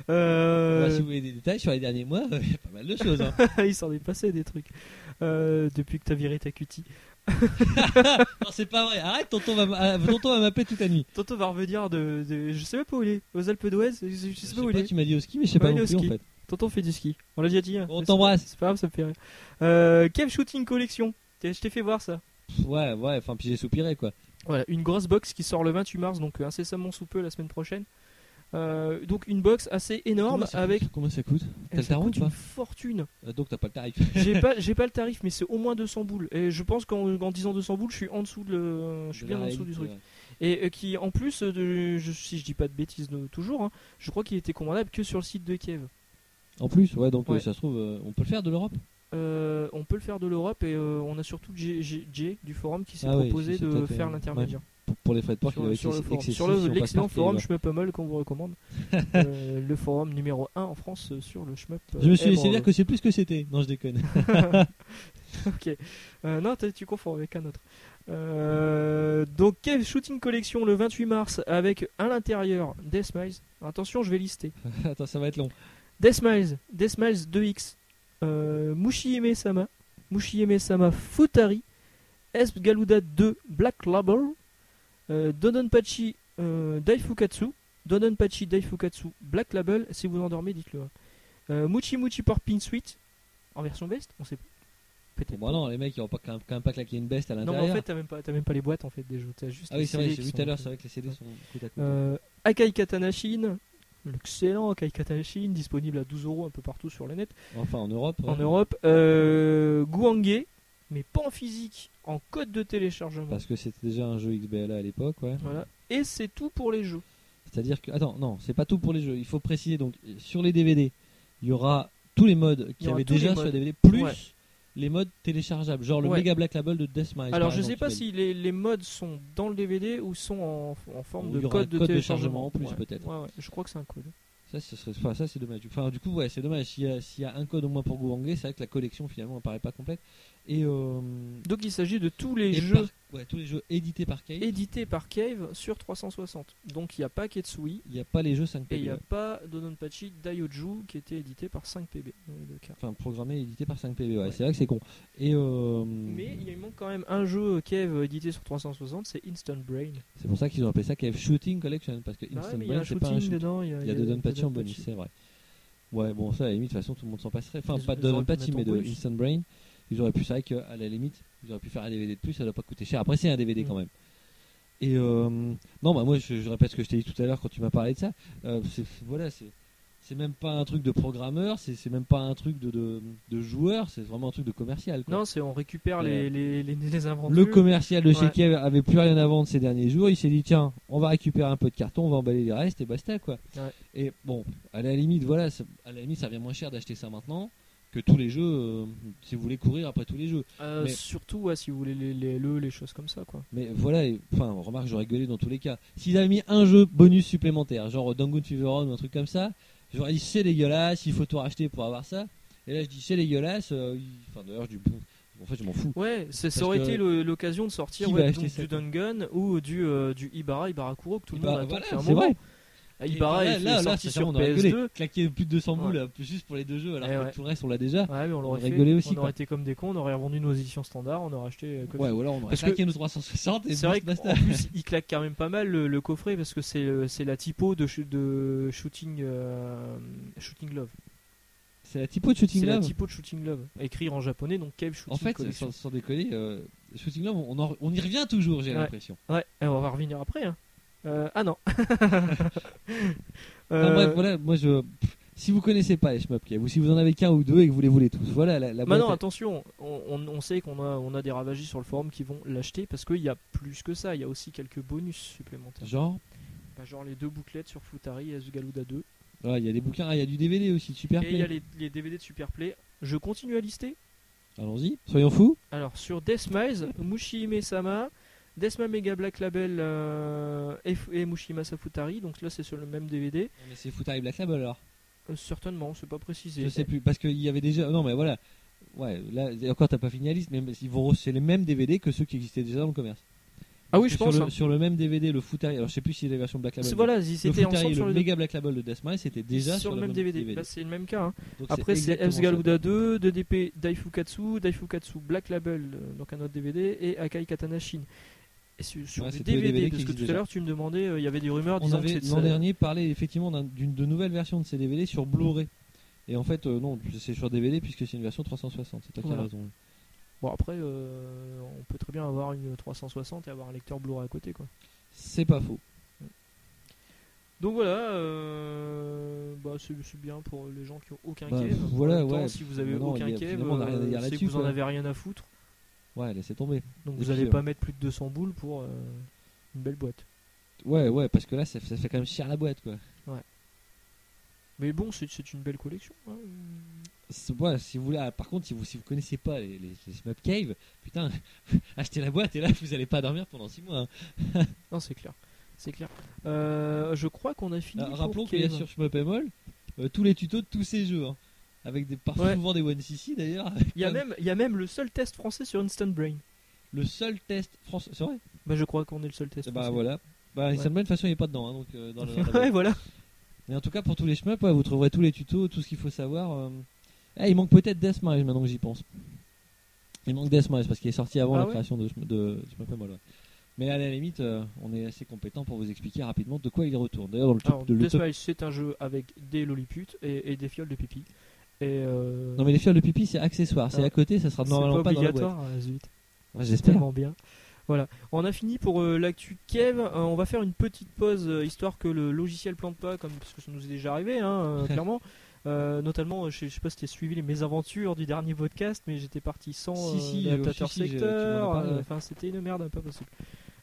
Euh,
Bah, si vous voulez des détails sur les derniers mois, euh, il y a pas mal de choses. hein.
il s'en est passé des trucs Euh, depuis que t'as viré ta cutie.
non, c'est pas vrai. Arrête, tonton va, m- euh, tonton va m'appeler toute la nuit.
Toto va revenir de, de- Je sais même pas où il est. Aux Alpes d'Oise Je je sais pas où il est.
tu m'as dit au ski, mais je sais pas
Ouais, il est
non
au
plus en
ski.
fait.
Tonton fait du ski. On l'a déjà dit. hein.
On
Mais c'est
t'embrasse.
pas- C'est pas grave, ça me fait rire. Euh, Kev Shooting Collection. T'es- Je t'ai fait voir ça.
Pff, Ouais, ouais, enfin, puis j'ai soupiré quoi.
Voilà, une grosse box qui sort le 28 mars, donc euh, incessamment sous peu la semaine prochaine. Euh, donc une box assez énorme
Combien ça
avec Eh,
coûte Combien ça coûte T'as le
ça
tarot
coûte
tu vois
une fortune.
Euh, Donc t'as pas le tarif.
J'ai pas, j'ai pas le tarif, mais c'est au moins 200 boules. Et je pense qu'en en disant 200 boules, je suis en dessous de le- je suis
De
bien
la
en dessous
réalité,
du truc.
ouais.
Et euh, qui en plus, euh, de, je, si je dis pas de bêtises de- toujours, hein, je crois qu'il était commandable que sur le site de Kiev.
En plus, ouais, donc euh,
Ouais.
ça se trouve, euh, on peut le faire de l'Europe
Euh, on peut le faire de l'Europe et euh, on a surtout J, J- J du forum qui s'est
Ah oui,
proposé
c'est
de
peut-être,
faire
euh,
l'intermédiaire.
Pour- Pour les frais de port qui
sur,
doivent
sur le
être
forum,
excessifs
Sur
si on
le-
passe
l'excellent
par Kiev.
forum Shmup Hummel qu'on vous recommande. Euh, le forum numéro 1 en France euh, sur le Shmup. euh,
Je me suis
M.
laissé dire
Roll.
que c'est plus que c'était. Non, je déconne.
ok. Euh, non, t'as- tu confonds avec un autre. Euh, donc, Cave Shooting Collection le 28 mars avec à l'intérieur Death Smiles. Attention, je vais lister.
Attends, ça va être long.
Death Smiles, Death Smiles 2X, euh, Mushihime Sama, Mushihime Sama Futari, Esp Galuda 2 Black Label, Euh, Dodonpachi euh, Daifukatsu. Dodonpachi Daifukatsu Black Label. Si vous endormez, dites-le. Euh, Muchi Muchi Porpin Suite. En version best On sait pas. Peut-être.
Bon, bah non, les mecs, ils vont pas, quand, même, quand même pas claquer une best à
Non, mais
l'intérieur.
en fait, t'as même, pas- t'as même pas les boîtes en fait des jeux. T'as juste
ah
les
oui, c'est vrai,
CD
j'ai
qui
vu
sont-
tout à l'heure, c'est vrai que les CD sont côte à côte.
Euh, Akai Katanashin. L'excellent Akai Katanashin, disponible à 12 euros un peu partout sur le net.
Enfin, en Europe.
En
ouais.
Europe. Euh, Guangé, mais pas en physique, en code de téléchargement.
Parce que c'était déjà un jeu XBLA à l'époque, ouais.
Voilà. Et c'est tout pour les jeux.
C'est-à-dire que. Attends, non, c'est pas tout pour les jeux. Il faut préciser, donc, sur les DVD, il y aura tous les modes
Il y
qu'il y
aura
avait
tous les
déjà sur
modes.
les DVD, plus
Ouais.
les modes téléchargeables, genre le
Ouais.
Mega Black Label de Deathmise.
Alors
par
je
exemple,
sais pas
tu m'as dit.
si les, les modes sont dans le DVD ou sont en, en forme
Ou
de
il y
code,
aura un
de
code de
téléchargement.
chargement en plus,
Ouais.
peut-être.
Ouais, ouais, je crois que c'est un code.
Ça, ce serait... enfin, ça c'est dommage. Enfin, du coup, ouais, c'est dommage. S'il y, a- s'il y a un code au moins pour Gourangé, c'est vrai que la collection finalement apparaît pas complète. Et. euh,
Donc il s'agit de tous les
et
jeux
par- ouais, tous les jeux édités par Kay.
édités par Cave sur 360. Donc il n'y a pas Ketsui
Il n'y a pas les jeux 5
et il n'y
pb
a pas Dodonpachi Daioju qui était édité par 5PB. euh, le cas.
Enfin, programmé et édité par 5 pb ouais,
Ouais.
c'est vrai que c'est con. Et. euh,
Mais il manque quand même un jeu euh, Cave édité sur 360, c'est Instant Brain.
C'est pour ça qu'ils ont appelé ça KF Shooting Collection, parce que
Ah ouais,
Instant
mais il y a
Brain,
un
c'est pas un
shooting
shoot.
dedans. Il y a,
euh, Il y a Dodonpachi en
Dodonpachi.
bonus, c'est vrai. Ouais, bon, ça, à la limite, de toute façon, tout le monde s'en passerait. Enfin,
Ils-
pas
ils
de
auraient pu
Dodonpachi,
mettre en
mais de
bonus.
Instant Brain. Ils auraient pu, c'est vrai qu'à la limite, ils auraient pu faire un DVD de plus, ça doit pas coûter cher. Après, c'est un DVD
Mm.
quand même. Et euh, non, bah moi, je, je répète ce que je t'ai dit tout à l'heure quand tu m'as parlé de ça. Euh, c'est- voilà, c'est. C'est même pas un truc de programmeur, c'est c'est même pas un truc de, de, de joueur, c'est vraiment un truc de commercial. quoi.
Non, c'est on récupère les, les, les, les invendus.
Le commercial de
Ouais.
chez Kiev avait plus rien à vendre ces derniers jours. Il s'est dit tiens, on va récupérer un peu de carton, on va emballer les restes et basta quoi.
Ouais.
Et bon, à la limite, voilà, ça, à la limite, ça revient moins cher d'acheter ça maintenant que tous les jeux. euh, si vous voulez courir après tous les jeux,
Euh,
Mais-
Surtout ouais, si vous voulez les, les LE, les choses comme ça. quoi.
mais voilà, et- enfin, remarque, j'aurais gueulé dans tous les cas. S'ils avaient mis un jeu bonus supplémentaire, genre Dangun Fever Run ou un truc comme ça, j'aurais dit c'est dégueulasse, il faut tout racheter pour avoir ça. Et là, je dis c'est dégueulasse. euh, il- Enfin, d'ailleurs, je dis, bon, en fait, je m'en fous.
Ouais, c'est- ça
Parce
aurait
que
été le- l'occasion de sortir
qui
ouais,
va
donc,
acheter
du Dungan ou du, euh, du Ibarra, Ibarakuro que tout le
Bah,
monde attend
voilà,
depuis un
c'est
moment.
vrai.
Ah, Ibarra
Et
est est sorti
c'est
sur
vraiment, on aurait gueulé.
PS2.
Claquer plus de 200
Ouais.
boules euh, juste pour les deux jeux, alors
Eh
que
ouais.
tout le reste on l'a déjà.
Ouais, mais on l'aurait
aurait
fait.
rigolé aussi,
on aurait
quoi.
été comme des cons, on aurait revendu nos éditions standards, on aurait acheté euh, comme
Ouais,
ça.
ou alors on aurait
Parce
claqué nos 360 et
C'est vrai
basta.
qu'en plus, il claque quand même pas mal le, le coffret parce que c'est euh, c'est la typo de, ch- de Shooting, euh, shooting Love.
C'est la typo de Shooting
C'est la
Love.
typo de Shooting Love, écrire en japonais, donc Cave Shooting
En fait,
Collection.
sans, sans déconner, euh, Shooting Love, on, en- on y revient toujours, j'ai
Ouais.
l'impression.
Ouais, eh, on va revenir après. hein. Euh, ah non.
Non,
Euh,
bref, voilà, moi je. pff, Si vous connaissez pas les shmup ou si vous en avez qu'un ou deux et que vous les voulez tous, voilà la, la boîte.
Maintenant, bah attention, on, on- on sait qu'on a, on a des ravagis sur le forum qui vont l'acheter parce qu'il y a plus que ça, il y a aussi quelques bonus supplémentaires.
Genre,
Bah, genre les deux bouclettes sur Futari et Azugaluda 2.
ouais, il y a des bouquins, ah, il y a du DVD aussi, de super
Et il y a
Play.
les, les DVD de Superplay. Je continue à lister.
Allons-y, soyons fous.
Alors sur Deathmise, Mushihime Sama, Deathma Mega Black Label euh, et, F- et Mushihime Safutari, donc là c'est sur le même DVD.
Mais c'est Futari Black Label alors.
Euh, certainement, c'est pas précisé.
Je sais plus, parce qu'il y avait déjà. Non, mais voilà. Ouais, là, encore, t'as pas fini la liste, mais ils vont... c'est les mêmes DVD que ceux qui existaient déjà dans le commerce.
Ah oui, je
sur
pense.
Le,
hein.
Sur le même DVD, le Futari, alors je sais plus si la version Black Label.
C'est- Voilà, ils
le
étaient
Futari,
ensemble
et
sur
le
le
méga Black Label de Deathmatch, c'était déjà
sur le même DVD. Bah, c'est le même cas. hein.
Donc,
Après, c'est
exactement
F's Galuda 2, 2DP Daifukatsu, Daifukatsu Black Label, euh, donc un autre DVD, et Akai Katana Shin. Et sur, sur
Ouais,
les
c'est tous les
DVD,
DVD
parce
qui
que tout
existent
à l'heure tu me demandais, euh, il y avait des rumeurs
ça. On
disant
avait
que c'est
l'an dernier parlé effectivement d'un- d'une de nouvelles versions de ces DVD sur Blu-ray. Et en fait, euh, non, c'est sur DVD puisque c'est une version 360. C'est toi qui
Voilà.
as raison.
Bon, après, euh, on peut très bien avoir une 360 et avoir un lecteur Blu-ray à côté, quoi.
C'est pas faux.
Donc voilà, euh, bah, c'est c'est bien pour les gens qui ont aucun
Bah,
cave. En
voilà,
même temps,
ouais.
Si vous avez
Non, non,
aucun
il y a-
cave,
finalement, on a rien à dire
euh, c'est que
là-dessus,
vous en
quoi.
avez rien à foutre,
Ouais, laissez tomber.
donc
Et
vous
puis,
n'allez
euh,
pas mettre plus de 200 boules pour euh, une belle boîte.
Ouais, ouais, parce que là, ça, ça fait quand même cher la boîte, quoi.
Mais bon, c'est- c'est une belle collection. hein.
C'est- ouais, si vous voulez, ah, par contre, si vous si vous connaissez pas les, les, les Smap Cave, putain, achetez la boîte et là, vous allez pas dormir pendant 6 mois. hein.
Non, c'est clair. C'est clair. Euh, je crois qu'on a fini.
Alors,
pour
Ah, rappelons qu'il y a
Cave.
sur Shmup et Mall, euh, tous les tutos de tous ces jeux, hein. avec des, par-
Ouais.
souvent des 1cc d'ailleurs. avec
Il y a
plein de-
même, il y a même le seul test français sur Instant Brain.
le seul test français. C'est vrai
Bah, je crois qu'on est le seul test.
Bah
français.
voilà. Bah,
Ouais.
Instant Brain, de toute façon, il est pas dedans. hein, donc, euh, dans le- dans la-
ouais, voilà.
Mais en tout cas, pour tous les Shmup, ouais, vous trouverez tous les tutos, tout ce qu'il faut savoir. euh. Ah, il manque peut-être Deathmise maintenant que j'y pense. Il manque Deathmise parce qu'il est sorti avant
Ah
la
ouais
création de, Shmup- de, Shmup et Mall, ouais. Mais à la limite, euh, on est assez compétent pour vous expliquer rapidement de quoi il retourne. D'ailleurs, dans le top
Alors,
de le
Death
top-
Smash, c'est un jeu avec des lolliputs et, et des fioles de pipi. Et euh,
Non, mais les fioles de pipi, c'est accessoire. C'est
Ah.
à côté, ça sera
c'est pas
normalement pas, dans la boîte.
obligatoire, ah, zut.
Ouais,
C'est
J'espère.
tellement bien. Voilà, on a fini pour euh, l'actu Kev. Euh, on va faire une petite pause euh, histoire que le logiciel plante pas, comme parce que ça nous est déjà arrivé, hein, euh, clairement. Euh, notamment, euh, je sais, je sais pas si tu as suivi les mésaventures du dernier podcast, mais j'étais parti sans
Si,
euh,
si,
adaptateur
si, si, j'ai- tu m'en as
secteur.
parlé,
euh,
ouais.
Enfin, c'était une merde, pas possible.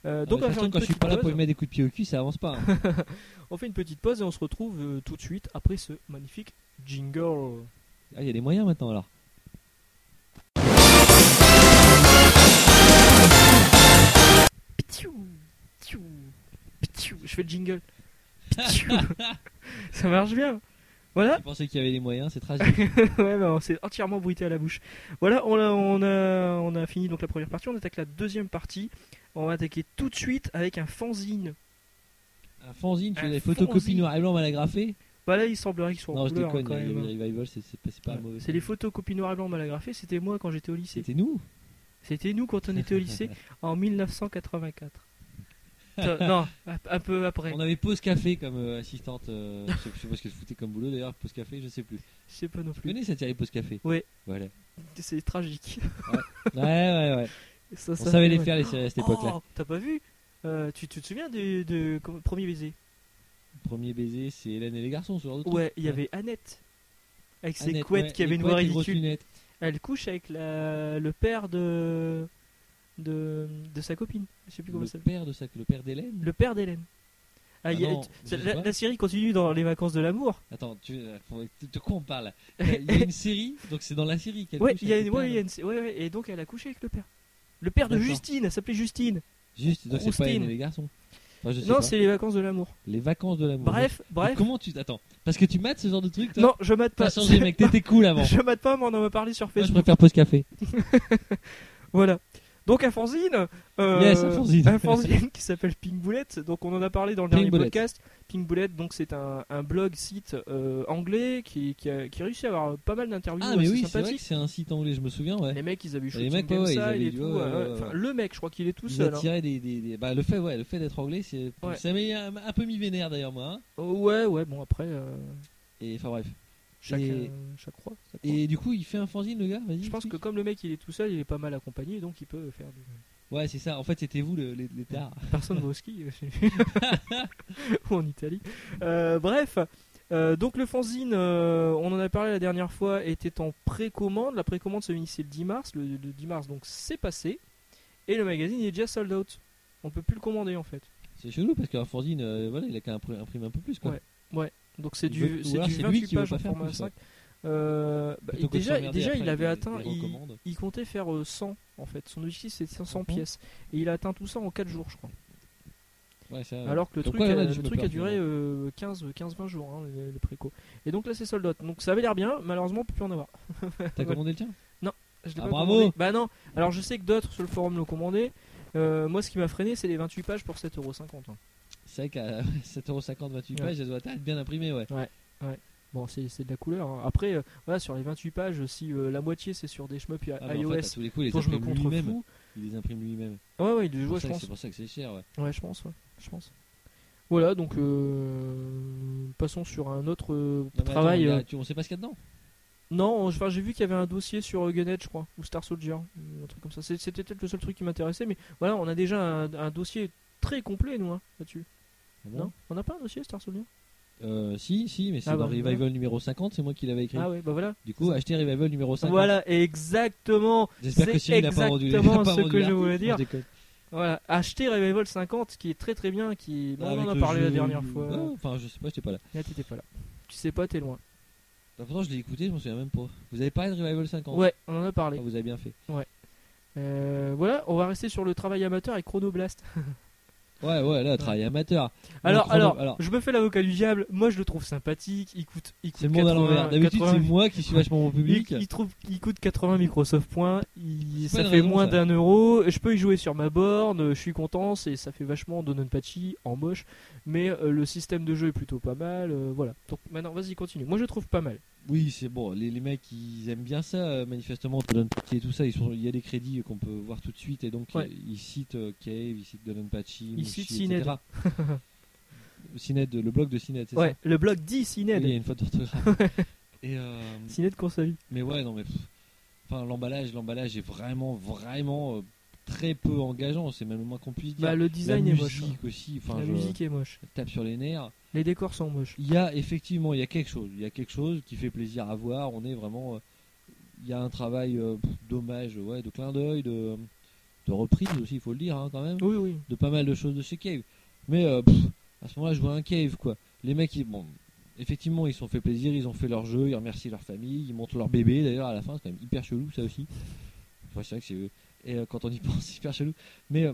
Euh,
Donc,
donc, on va faire une
quand je suis
petite
pas là pour
pause.
lui mettre des coups de pied au cul, ça avance pas. hein.
On fait une petite pause et on se retrouve euh, tout de suite après ce magnifique jingle.
Ah, il y a des moyens maintenant alors.
Ptiou, ptiou, ptiou. Je fais le jingle. Ptiou. Ça marche bien. Voilà,
Je pensais qu'il y avait les moyens, c'est tragique.
ouais, bah, on s'est entièrement bruité à la bouche. Voilà, on a, on a, on a fini donc la première partie, on attaque la deuxième partie. On va attaquer tout de suite avec un fanzine.
Un fanzine, tu
Un
as des photocopies
fanzine.
noir et blanc mal agrafées
Bah là, il semblerait qu'il soit en
Non, je
couleur
déconne,
hein, quand
il y
même.
avait les Revival, c'est- c'est pas- c'est pas
Ouais.
mauvais.
C'est les photocopies noir et blanc mal agrafées, c'était moi quand j'étais au lycée.
C'était nous
C'était nous quand on était au lycée en 1984. Putain, non, un- un peu après.
On avait pause café comme euh, assistante. euh, je, sais, je sais pas ce que je foutais comme boulot d'ailleurs, pause café, je sais plus.
Je sais pas non
Tu
plus.
connais cette série pause café
Ouais.
Voilà.
C'est tragique.
Ouais, ouais, ouais.
Ça,
On
ça
savait
fait
les
mal.
faire les séries à cette époque-là.
Oh, t'as pas vu Euh, tu, tu te souviens du de, comment- premier baiser
Premier baiser, c'est Hélène et les garçons, ce genre de truc.
Ouais, il y avait Annette. Avec ses
Annette,
couettes
ouais,
qui
les
avaient une voix
couettes, les grosses
ridicule.
lunettes.
Elle couche avec la- le père de, de de sa copine. Je sais plus comment ça
Le
s'appelle.
père de ça, le père d'Hélène.
Le père d'Hélène. Ah,
Ah
il y a-
non,
c'est-
je sais
la,
pas.
la série continue dans les vacances de l'amour.
Attends, tu, euh, faut- de de quoi on parle Il y a- il y a une série, donc c'est dans la série qu'elle
Ouais,
couche
il y a
avec
une,
le
ouais,
père.
il y a une- ouais, ouais, et donc elle a couché avec le père. Le père de
D'accord.
Justine, elle s'appelait Justine.
Juste, donc c'est
Roustine.
pas Hélène et les garçons. Enfin, je sais
Non,
pas.
c'est les vacances de l'amour.
Les vacances de l'amour.
Bref,
Mais
bref.
Comment tu t'attends Parce que tu mates ce genre de truc, toi
Non, je mate pas.
T'as changé, mec, t'étais cool avant.
je mate pas, mais on en a parlé sur
Moi, je
Facebook.
préfère pause café.
Voilà. Donc un fanzine, euh,
Yes, un fanzine.
un fanzine qui s'appelle Pink Boulette. Donc on en a parlé dans le
Pink
dernier
Bullet.
podcast. Pink Boulette, donc c'est un, un blog site euh, anglais qui, qui, a, qui réussit à avoir pas mal d'interviews
Ah, mais
assez
oui, c'est vrai que
sympathiques.
c'est un site anglais, je me souviens, ouais.
Les mecs, ils avaient eu
Les
Shooting
mecs, ouais, ouais, ils
Game Side
avaient
et
dû,
tout.
ouais,
ouais, ouais.
ouais,
Enfin,
ouais.
le mec, je crois qu'il est tout
Ils
seul. hein.
attiraient des, des, des- Bah, le fait, ouais, le fait d'être anglais, c'est...
Ouais.
ça m'a un, un peu mis vénère d'ailleurs, moi. hein.
Oh, ouais, ouais, bon, après, euh,
Et enfin, bref.
chaque,
Et-
euh, chaque roi. chaque roi.
Et du coup, il fait un fanzine, le gars,
je
vas-y.
pense que
explique.
comme le mec, il est tout seul, il est pas mal accompagné, donc il peut faire du.
Ouais, c'est ça. En fait, c'était vous, le- les, les tards.
Personne va au ski euh, ou en Italie. Euh, bref, euh, donc le fanzine, euh, on en a parlé la dernière fois, était en précommande. La précommande se finissait le 10 mars. Le, le 10 mars, donc, c'est passé. Et le magazine est déjà sold out. On peut plus le commander en fait.
C'est chelou, parce qu'un fanzine, euh, voilà, il a qu'à impri- imprimer un peu plus, quoi.
Ouais. Donc c'est
Il
du,
veut- ou
c'est
alors
du
c'est lui
28
qui veut
pages
pas
en
faire
format
plus, hein.
5. Euh, bah,
Plutôt que de
déjà,
s'emmerder
déjà
après
il
avec
avait
des-
atteint.
des
il-
recommandes.
il comptait faire euh, 100 en fait. Son objectif c'est 500
Mhm.
pièces. Et il a atteint tout ça en 4 jours, je crois.
Ouais, ça, Euh, ouais.
Alors que le
Comme
truc,
quoi, il y en
a,
a du
le
me
truc a
perds,
duré
finalement.
euh, 15 15-20 jours, hein, le, le préco. Et donc là, c'est sold out. Donc ça avait l'air bien, malheureusement, on peut plus en avoir.
T'as
ouais.
commandé le tien
Je l'ai
Ah,
pas
bravo
commandé. Bah non, alors je sais que d'autres sur le forum l'ont commandé. Euh, moi, ce qui m'a freiné, c'est les 28 pages pour 7,50€. hein.
C'est vrai qu'à 7,50€, 28
Ouais.
pages, elles doivent être bien imprimées, ouais.
Bon, c'est c'est de la couleur. hein. Après, euh, voilà, sur les 28 pages, si euh, la moitié c'est sur des shmups
Ah, mais en
iOS,
fait, à tous les coups, il les
dont je me
imprime lui-même.
contrefous.
Il les imprime lui-même.
Ouais, ouais, il
C'est
je
pour
vois, je
ça que-
pense.
c'est pour ça que c'est cher, ouais.
Ouais, je pense, ouais, je pense. Voilà, donc euh, passons sur un autre euh,
Non, mais attends,
travail.
il y a-
euh,
tu- On sait pas ce qu'il y a dedans.
Non, enfin, j'ai vu qu'il y avait un dossier sur euh, Gunhead, je crois, ou Star Soldier, ou un truc comme ça. C'est- C'était peut-être le seul truc qui m'intéressait, mais voilà, on a déjà un, un dossier très complet, nous, hein, là-dessus.
Ah bon
Non On n'a pas un dossier Star Soldier
Euh, si, si, mais c'est
Ah
dans
bah,
Revival numéro 50, c'est moi qui l'avais écrit.
Ah ouais, bah voilà.
Du coup, acheter Revival numéro 50.
Voilà, exactement
J'espère que
c'est
si il n'a pas vendu il a
exactement
pas Ah,
ce
vendu
que je
l'article,
voulais dire.
déconne.
Voilà, acheter Revival 50, qui est très très bien, qui... Bon,
Avec
on en a
le
parlé la
jeu-
dernière fois.
Ouais, Enfin, je sais pas, j'étais pas là.
Là, t'étais pas là. Tu sais pas, t'es loin.
Bah, Pourtant, je l'ai écouté, je m'en souviens même pas. Vous avez parlé de Revival 50
Ouais, on en a
Ah,
parlé.
Vous avez bien fait.
Euh, voilà, on va rester sur le travail amateur et Chronoblast.
Ouais, ouais, là, travail amateur.
Alors,
Chrono-
alors,
alors.
je me fais l'avocat du diable. Moi, je le trouve sympathique. Il coûte, il coûte
C'est le monde à
80,
l'envers. D'habitude,
80.
c'est moi qui suis vachement mon public.
Il, il trouve, il coûte 80 Microsoft points, il,
C'est
ça
pas
fait
une raison,
moins
ça.
d'un euro. Je peux y jouer sur ma borne, je suis content, c'est, ça fait vachement Donenpachi en moche, mais euh, le système de jeu est plutôt pas mal. euh, voilà. Donc maintenant, vas-y, continue. Moi, je trouve pas mal.
Oui, c'est bon. Les, les mecs, ils aiment bien ça, euh, manifestement. Dolan Pachi et tout ça, ils sont, il y a des crédits euh, qu'on peut voir tout de suite. Et donc,
Ouais.
ils, ils citent euh, Cave, ils citent Dolan Pachi,
Ils citent Sined.
etc. Sined, le blog de Sined, c'est
Ouais,
ça
le blog dit
Oui,
Cined.
Il y a une faute d'orthographe. et, euh,
Cined Coursevis.
mais ouais, non, mais. pff, Enfin, l'emballage, l'emballage est vraiment, vraiment euh, très peu engageant. C'est même le moins qu'on puisse dire.
Bah, le
La
design est moche. hein.
musique aussi. Enfin,
La
je
musique est moche.
tape sur les nerfs.
Les décors sont moches.
Il y a effectivement, il y a quelque chose, il y a quelque chose qui fait plaisir à voir. On est vraiment, euh, il y a un travail euh, pff, d'hommage, ouais, de clin d'œil, de, de reprise aussi, il faut le dire hein, quand même,
Oui, oui.
de pas mal de choses de chez Cave. Mais euh, pff, à ce moment-là, je vois un Cave quoi. Les mecs, ils, bon, effectivement, ils se sont fait plaisir, ils ont fait leur jeu, ils remercient leur famille, ils montrent leur bébé. D'ailleurs, à la fin, c'est quand même hyper chelou ça aussi. Enfin, c'est vrai que c'est et euh, quand on y pense, c'est hyper chelou. Mais euh,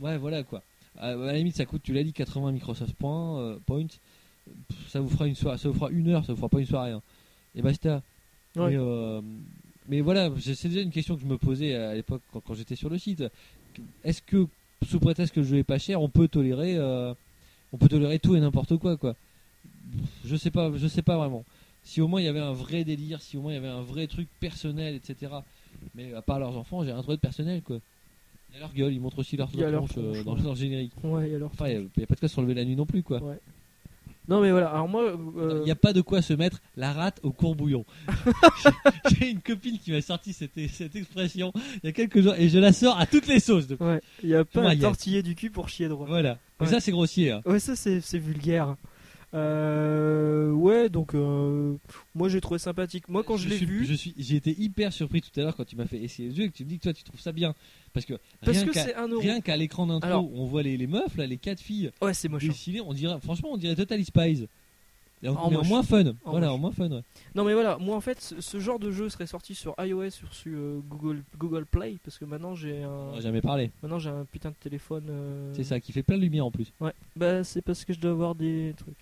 ouais, voilà quoi. À, à la limite, ça coûte, tu l'as dit, 80 Microsoft points, euh, points. Pff, Ça vous fera une soirée, ça vous fera une heure, ça vous fera pas une soirée. hein. Et basta.
Ouais.
Mais, euh, mais voilà, c'est c'est déjà une question que je me posais à l'époque quand, quand j'étais sur le site. Est-ce que sous prétexte que le jeu est pas cher, on peut tolérer, euh, on peut tolérer tout et n'importe quoi, quoi Je sais pas, je sais pas vraiment. Si au moins il y avait un vrai délire, si au moins il y avait un vrai truc personnel, etc. Mais à part leurs enfants, j'ai rien trouvé de personnel, quoi. Il y a leur gueule, ils montrent aussi leur,
Il y a
leur
leur
tronche, euh,
tronche,
dans,
ouais.
dans le générique.
Ouais, et alors.
Enfin, il n'y a, pas de quoi se relever la nuit non plus, quoi.
Ouais. Non, mais voilà. Alors, moi.
Il
euh,
n'y a pas de quoi se mettre la rate au courbouillon. J'ai- J'ai une copine qui m'a sorti cette, cette expression il y a quelques jours et je la sors à toutes les sauces. depuis.
Ouais, il n'y a pas
Ouais,
à
y a-
tortiller du cul pour chier droit.
Voilà. Mais
Ouais.
ça, c'est grossier. hein.
Ouais, ça c'est c'est vulgaire. Euh, ouais, donc euh, moi j'ai trouvé sympathique. Moi quand je, l'ai
suis-
vu,
je suis, j'ai été hyper surpris tout à l'heure quand tu m'as fait essayer le jeu et que tu me dis que toi, tu trouves ça bien. Parce que
parce
rien
que
qu'à
c'est un euro.
rien qu'à l'écran d'intro,
Alors-
on voit les, les meufs, là, les quatre filles
Ouais, c'est moche. hein.
dessinées, on dirait, franchement, on dirait Total Spies. Et en,
En
mais en
moche.
moins fun.
En
voilà,
moche.
en moins fun. ouais.
Non mais voilà, moi en fait ce, ce genre de jeu serait sorti sur iOS sur, sur, euh, Google Google Play parce que maintenant j'ai un
On a jamais parlé.
maintenant j'ai un putain de téléphone. euh,
C'est ça qui fait plein de lumière en plus.
Bah c'est parce que je dois avoir des trucs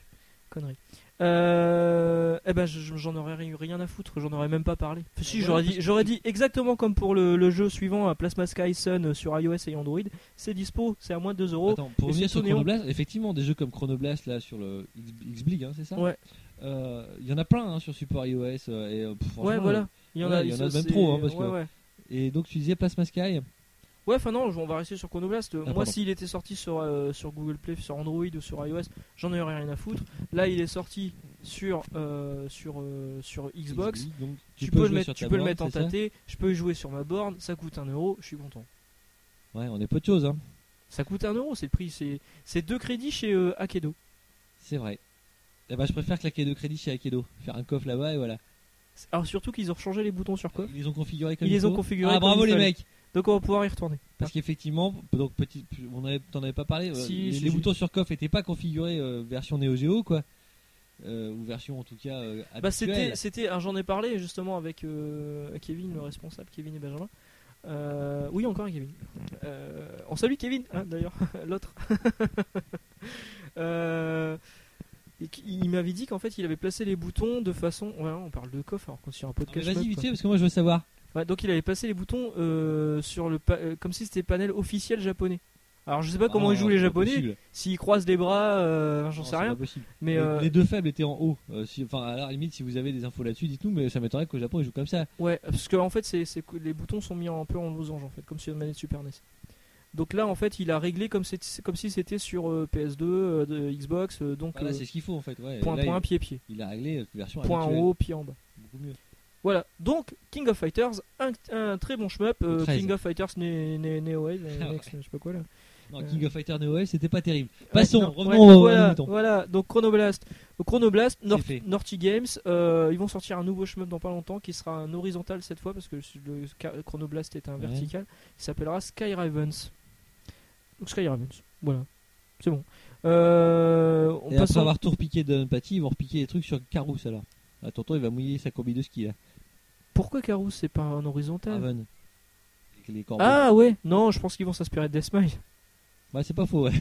conneries. Euh, eh ben je- je- j'en aurais ri- rien à foutre, j'en aurais même pas parlé. Enfin, si
Ouais,
j'aurais
parce
dit, j'aurais dit exactement comme pour le, le jeu suivant, à Plasma Sky Sun euh, sur iOS et Android, c'est dispo, c'est à moins de 2 euros.
Attends, pour
et
revenir
c'est
sur
tout néon.
Chronoblast, effectivement, des jeux comme Chronoblast là sur le X-Blig, hein, c'est ça
Ouais.
Euh, Il y en a plein hein, sur support iOS euh, et euh, pff,
Ouais,
franchement, euh,
voilà. Il y en
ouais,
a,
il y en a
ça,
même
c'est-
trop, hein, parce
ouais,
que-
Ouais.
Et donc tu disais Plasma Sky.
Ouais, enfin non, on va rester sur Chronoblast. Moi,
Ah, pardon.
s'il était sorti sur, euh, sur Google Play, sur Android ou sur iOS, j'en aurais rien à foutre. Là, il est sorti sur, euh, sur, euh, sur Xbox.
X-Blig, donc,
Tu, peux, le
jouer
mettre,
sur
tu
ta
peux le
borne,
mettre en
c'est ça
tâté, je peux y jouer sur ma borne, ça coûte un euro, je suis content.
Ouais, on est peu de choses, hein.
Ça coûte un euro, c'est le prix, c'est c'est deux crédits chez euh, Akedo.
c'est vrai. Eh ben, je préfère claquer deux crédits chez Akedo, faire un coffre là-bas et voilà.
Alors surtout qu'ils ont rechangé les boutons sur quoi
Ils les ont configurés comme
Ils
il
les ont
faut.
configurés
Ah
comme
bravo
il
les
fallait.
mecs,
Donc on va pouvoir y retourner.
parce qu'effectivement, donc petit, on avait, t'en avais pas parlé. euh,
Si,
les
si,
les
si.
boutons sur coffre n'étaient pas configurés euh, version Neo Geo quoi, Euh, ou version en tout cas. euh,
Bah
habituelle.
c'était, c'était, alors, j'en ai parlé justement avec euh, Kevin, le responsable, Kevin et Benjamin. Euh, oui, encore un Kevin. Euh, on salue Kevin, hein, d'ailleurs, l'autre. Euh, et qui- il m'avait dit qu'en fait, il avait placé les boutons de façon. Ouais, on parle de coffre, alors qu'on est sur un
Non, mais
podcast.
Vas-y
mode,
vite
quoi.
fait parce que moi je veux savoir.
Ouais, donc il avait placé les boutons euh, sur le pa- euh, comme si c'était panel officiel japonais. Alors je sais pas comment
Ah,
ils jouent
c'est
les
pas
japonais,
possible.
s'ils croisent des bras, euh, j'en
Non,
sais
c'est
rien.
pas possible.
Mais
Les-
euh,
Les deux faibles étaient en haut. Euh, si- Enfin, à la limite, si vous avez des infos là-dessus, dites-nous, mais ça m'étonnerait qu'au Japon ils jouent comme ça.
Ouais, parce que en fait, c'est c'est que les boutons sont mis un peu en losange en fait, comme sur une manette Super NES. Donc là, en fait, il a réglé comme, c'est- comme si c'était sur euh, PS2, euh, de Xbox, euh, donc
Voilà,
euh,
Ah, c'est ce qu'il faut en fait. Ouais.
point
Là,
point,
il,
pied pied,
il a réglé la version
point en
habituelle.
haut, pied en bas.
Beaucoup mieux.
Voilà. Donc King of Fighters, un, un très bon shmup, euh,
Le 13.
King of Fighters né- né- Neo Wave,
Ah ouais.
Next, je sais pas quoi là.
Non,
Euh.
King of Fighter Neo c'était pas terrible. Passons,
Ouais, non,
revenons
ouais,
au- à nos
voilà,
moutons.
voilà, donc Chronoblast, Chronoblast, Nor-
fait.
Naughty Games, euh, ils vont sortir un nouveau shmup dans pas longtemps qui sera un horizontal cette fois parce que le Ska- Chronoblast est un
Ouais.
vertical. Il s'appellera Sky Ravens. Donc Sky Ravens, voilà, c'est bon. Euh, on
Et
passe
après
en-
avoir tout repiqué de Patty, ils vont repiquer les trucs sur Carous alors. Ah, tonton, il va mouiller sa combi de ski là.
Pourquoi Carous c'est pas un horizontal
Raven. Avec Les corbeaux.
Ah ouais, non, je pense qu'ils vont s'inspirer de Deathmile.
Bah, c'est pas faux, ouais.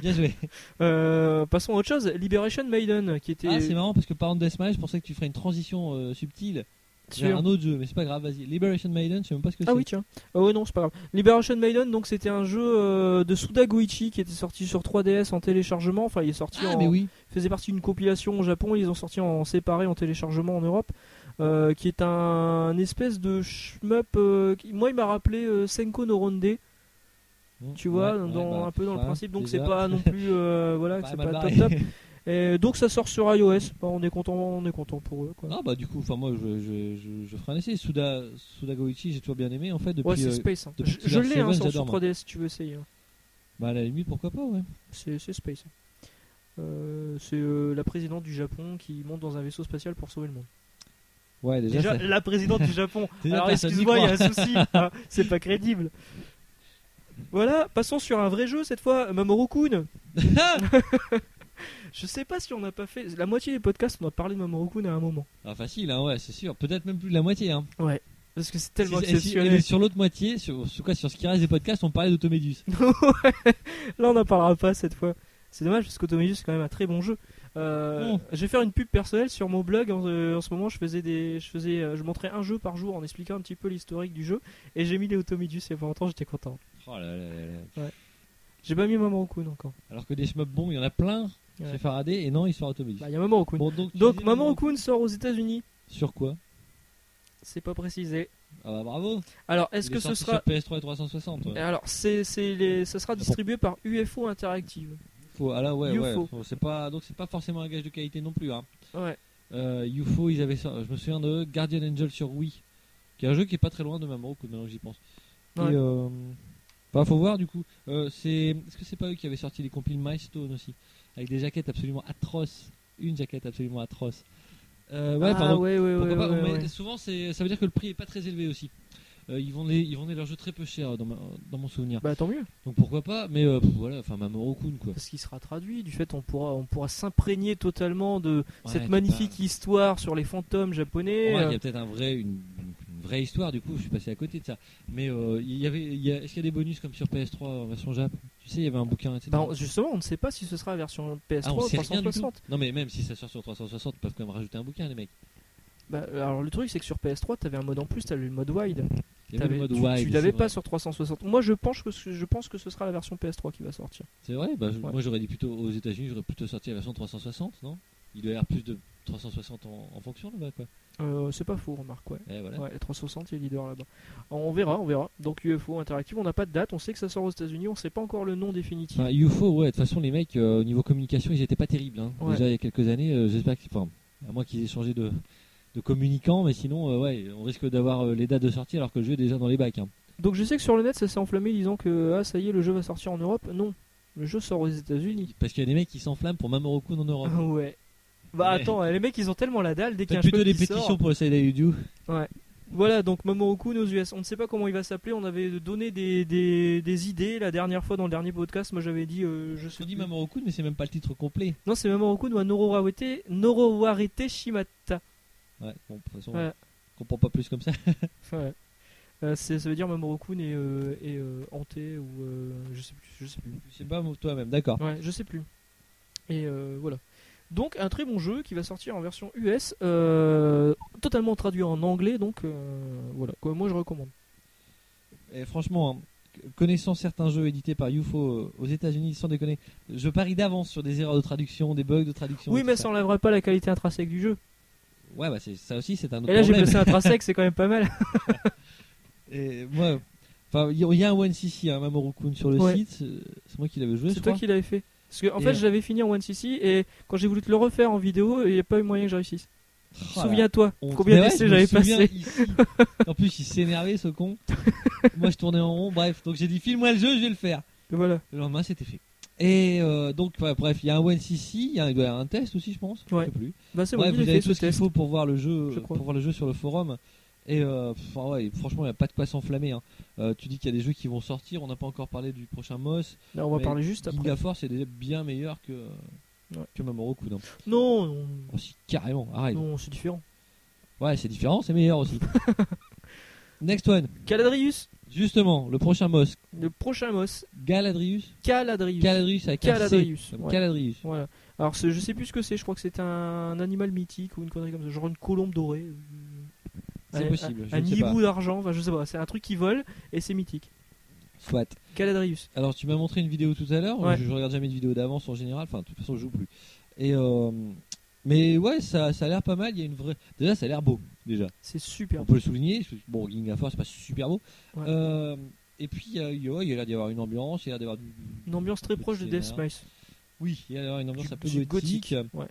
Bien joué.
Euh, passons à autre chose, Liberation Maiden qui était
Ah, c'est marrant parce que parlant de Deathmatch, je pensais que tu ferais une transition euh, subtile Il y a
Sûr.
un autre jeu, mais c'est pas grave, vas-y. Liberation Maiden, je sais même pas ce que
Ah
c'est.
oui, tiens. Ah ouais, non, c'est pas grave. Liberation Maiden, donc c'était un jeu euh, de Suda Goichi qui était sorti sur 3DS en téléchargement. Enfin, il est sorti
Ah,
en.
mais oui.
il faisait partie d'une compilation au Japon. Ils ont sorti en séparé en téléchargement en Europe. euh, qui est un espèce de shmup. euh, qui- moi, il m'a rappelé euh, Senko no Ronde. Tu vois,
Ouais, ouais,
dans,
bah,
un peu dans le
voilà,
principe. Donc,
déjà.
c'est pas non plus. euh, voilà,
Pas
c'est
mal
pas top
barré.
top. Et donc, ça sort sur iOS. Bah, on est content, on est content pour eux. Quoi.
Non, bah du coup, enfin moi je, je, je, je ferai un essai. Suda, Suda Goichi, j'ai toujours bien aimé en fait depuis.
ouais, c'est
euh,
Space. hein.
depuis
Je, je
Killer
l'ai hein,
Seven,
sur, sur
j'adore, moi.
3DS si tu veux essayer. hein.
bah à la limite, pourquoi pas, ouais.
C'est c'est Space. Euh, c'est euh, la présidente du Japon qui monte dans un vaisseau spatial pour sauver le monde.
Ouais, déjà.
Déjà,
ça-
la présidente du Japon.
Déjà,
Alors
personne n'y
excuse-moi, il y a un souci. hein. C'est pas crédible. Voilà, passons sur un vrai jeu cette fois, Mamoru Kun. euh, Je sais pas si on n'a pas fait. La moitié des podcasts, on a parlé de Mamoru Kun à un moment.
Ah, facile, hein, ouais, c'est sûr. Peut-être même plus de la moitié. Hein.
Parce que c'est tellement
Si- et si-
exceptionnel.
et sur l'autre moitié, sur, sur quoi, sur ce qui reste des podcasts, on parlait d'Automédus.
Ouais. Là, on n'en parlera pas cette fois. C'est dommage parce qu'Automédus c'est quand même un très bon jeu. Euh,
Bon.
Je vais faire une pub personnelle sur mon blog. En, euh, en ce moment, je faisais des, je faisais, euh, je montrais un jeu par jour en expliquant un petit peu l'historique du jeu. Et j'ai mis les Automedius il y a pas longtemps. J'étais content.
Oh là là là là.
J'ai pas mis Maman Kun encore.
Alors que des shmup bons, il y en a plein
Ouais.
chez Faraday et non, ils sont à Automedus.
Bah, il y a Maman Kun.
Bon, donc, tu
Donc
disais,
Maman Kun sort aux États-Unis.
Sur quoi
C'est pas précisé.
Ah bah bravo
Alors est-ce
Il
que ce
sorti
sera
sur PS3 et 360 ouais.
alors, c'est, c'est les... ça sera
bon.
distribué par UFO Interactive.
Faut- Ah là, ouais, ouais.
UFO.
Faut- C'est pas, donc c'est pas forcément un gage de qualité non plus. Hein.
Ouais.
Euh, UFO, ils avaient, sor- je me souviens de Guardian Angel sur Wii, qui est un jeu qui est pas très loin de Mamoru Kun, maintenant que j'y pense. Et,
Ouais.
euh, bah, faut voir du coup. Euh, c'est, est-ce que c'est pas eux qui avaient sorti les compiles Milestone aussi, avec des jaquettes absolument atroces, une jaquette absolument atroce. Euh, ouais,
ah,
pardon.
ouais, ouais,
Pourquoi
ouais,
pas,
ouais,
mais
ouais.
Souvent, c'est, ça veut dire que le prix est pas très élevé aussi. Euh, ils vendaient, ils vendaient leurs jeux très peu cher dans, ma- euh, dans mon souvenir.
Bah tant mieux.
Donc pourquoi pas, mais euh, pff, voilà, enfin Mamoru Kun quoi.
Parce qu'il sera traduit, du fait on pourra, on pourra s'imprégner totalement de
Ouais,
cette
t'es
magnifique
pas-
histoire sur les fantômes japonais.
Ouais, il y
Euh,
a peut-être un vrai, une, une vraie histoire, du coup, je suis passé à côté de ça. Mais euh, il y avait, il y a- est-ce qu'il y a des bonus comme sur PS3 en version Jap Tu sais, il y avait un bouquin, etc.
bah, on- justement, on ne sait pas si ce sera la version PS3
Ah, on
ou
sait rien du tout.
360.
Non, mais même si ça sort sur 360, ils peuvent quand même rajouter un bouquin, les mecs.
Bah, euh, alors le truc c'est que sur PS3, t'avais un mode en plus, t'avais le mode wide.
Il y avait
T'avais-
le mode
tu
wide,
tu l'avais
c'est
pas
vrai.
sur 360. Moi je pense, que, ce- je pense que ce sera la version PS3 qui va sortir.
C'est vrai bah, je-
Ouais.
Moi, j'aurais dit plutôt aux États-Unis, j'aurais plutôt sorti la version 360, non Il doit y avoir plus de 360 en, en fonction là-bas, quoi.
Euh, c'est pas faux, remarque, ouais.
Eh, voilà.
Ouais, la 360 est leader là-bas. On verra, on verra. Donc UFO Interactive, on n'a pas de date, on sait que ça sort aux États-Unis, on sait pas encore le nom définitif.
Enfin, UFO, ouais, de toute façon, les mecs, euh, au niveau communication, ils étaient pas terribles. hein.
Ouais.
Déjà, il y a quelques années, euh, j'espère que. Enfin, à moins qu'ils aient changé de, de communicant, mais sinon, euh, ouais, on risque d'avoir euh, les dates de sortie alors que le jeu est déjà dans les bacs. hein.
Donc je sais que sur le net ça s'est enflammé disant que ah ça y est le jeu va sortir en Europe. Non, le jeu sort aux États-Unis.
Parce qu'il y a des mecs qui s'enflamment pour Mamoru Kun en Europe.
Ah ouais. Bah
Ouais.
attends, les mecs ils ont tellement la dalle dès qu'il y a
Peut-être
un
plutôt
jeu
des
qui
pétitions
sort.
pour le Silent Udu.
Voilà donc Mamoru Kun aux US. On ne sait pas comment il va s'appeler. On avait donné des, des, des idées la dernière fois dans le dernier podcast. Moi j'avais dit euh, je
Je
sais
dis
plus.
Mamoru Kun, mais c'est même pas le titre complet.
Non c'est Mamoru Kun ou un Norowarete Norowarete Shimata.
Ouais, bon, de toute façon,
Ouais.
on comprend pas plus comme ça.
Ouais. Euh, c'est- ça veut dire Mamoru Kun est, euh, est, euh, hanté ou euh, je sais plus je sais plus.
Je sais pas moi, toi-même, d'accord.
Ouais, je sais plus. Et euh, voilà. Donc un très bon jeu qui va sortir en version US, euh, totalement traduit en anglais, donc euh, voilà. Quoi, moi je recommande.
Et franchement, hein, connaissant certains jeux édités par UFO euh, aux États-Unis, sans déconner, je parie d'avance sur des erreurs de traduction, des bugs de traduction.
oui,
et tout
mais
ça.
ça enlèvera pas la qualité intrinsèque du jeu.
Ouais, bah c'est- ça aussi, c'est un autre
Et là j'ai
problème.
placé intrinsèque, c'est quand même pas mal.
Et moi, enfin, il y- il y a un One CC, un Mamoru Kun sur le
Ouais.
site. euh, C'est moi qui l'avais joué. je
c'est toi
crois.
qui l'avais fait. Parce que en
Et
fait
euh,
j'avais fini en 1cc et quand j'ai voulu te le refaire en vidéo, il n'y a pas eu moyen que je réussisse.
Oh là,
Souviens-toi,
honte.
combien
Mais ouais,
d'essais
je me
j'avais
souviens
passé.
ici. En plus, il s'est énervé, ce con. moi, je tournais en rond. Bref, donc j'ai dit, file-moi le jeu, je vais le faire.
Voilà.
Le lendemain, c'était fait. Et euh, donc, ouais, bref, il y a un One CC, il y a- il doit y avoir un test aussi, je pense.
Ouais.
Je sais plus.
Bah c'est bon,
Ouais,
il
vous
est
avez
fait,
tout ce qu'il
test.
faut pour voir le jeu,
Je crois.
pour voir le jeu sur le forum. Et euh, pff, ah ouais, franchement, il n'y a pas de quoi s'enflammer. hein. Euh, tu dis qu'il y a des jeux qui vont sortir. On n'a pas encore parlé du prochain Moss.
Là, on va
Mais
parler juste après.
Giga Force est déjà bien meilleur que
Ouais.
que Mamoru Kun. hein.
Non, non,
Oh, si, carrément. Arrête.
non, c'est différent.
Ouais, c'est différent, c'est meilleur aussi. Next one.
Caladrius,
Justement, le prochain Moss.
le prochain boss.
Galadrius.
Caladrius.
Galadrius avec
Galadrius,
un C. Comme
ouais.
Galadrius.
Voilà. Alors ce- je sais plus ce que c'est, je crois que c'est un animal mythique ou une connerie comme ça, genre une colombe dorée. euh,
C'est
Un-
possible, je
Un, un
ne sais pas.
hibou d'argent, enfin, je sais pas, c'est un truc qui vole et c'est mythique.
Soit.
Caladrius.
Alors, tu m'as montré une vidéo tout à l'heure.
Ouais.
Je, je regarde jamais de vidéos d'avance en général. Enfin, de toute façon, je joue plus. Et euh, mais ouais, ça, ça a l'air pas mal. Il y a une vraie. Déjà, ça a l'air beau. Déjà,
C'est super.
on peut le souligner. Bon, Ring of Force, c'est pas super beau.
Ouais.
Euh, et puis, euh, il y a- il y a l'air d'y avoir une ambiance. Il y a l'air d'y avoir du.
Une ambiance très
du
proche de Death
scénar.
Smith.
Oui, il y a d'ailleurs une ambiance
Du-
un peu
du
gothique.
ouais.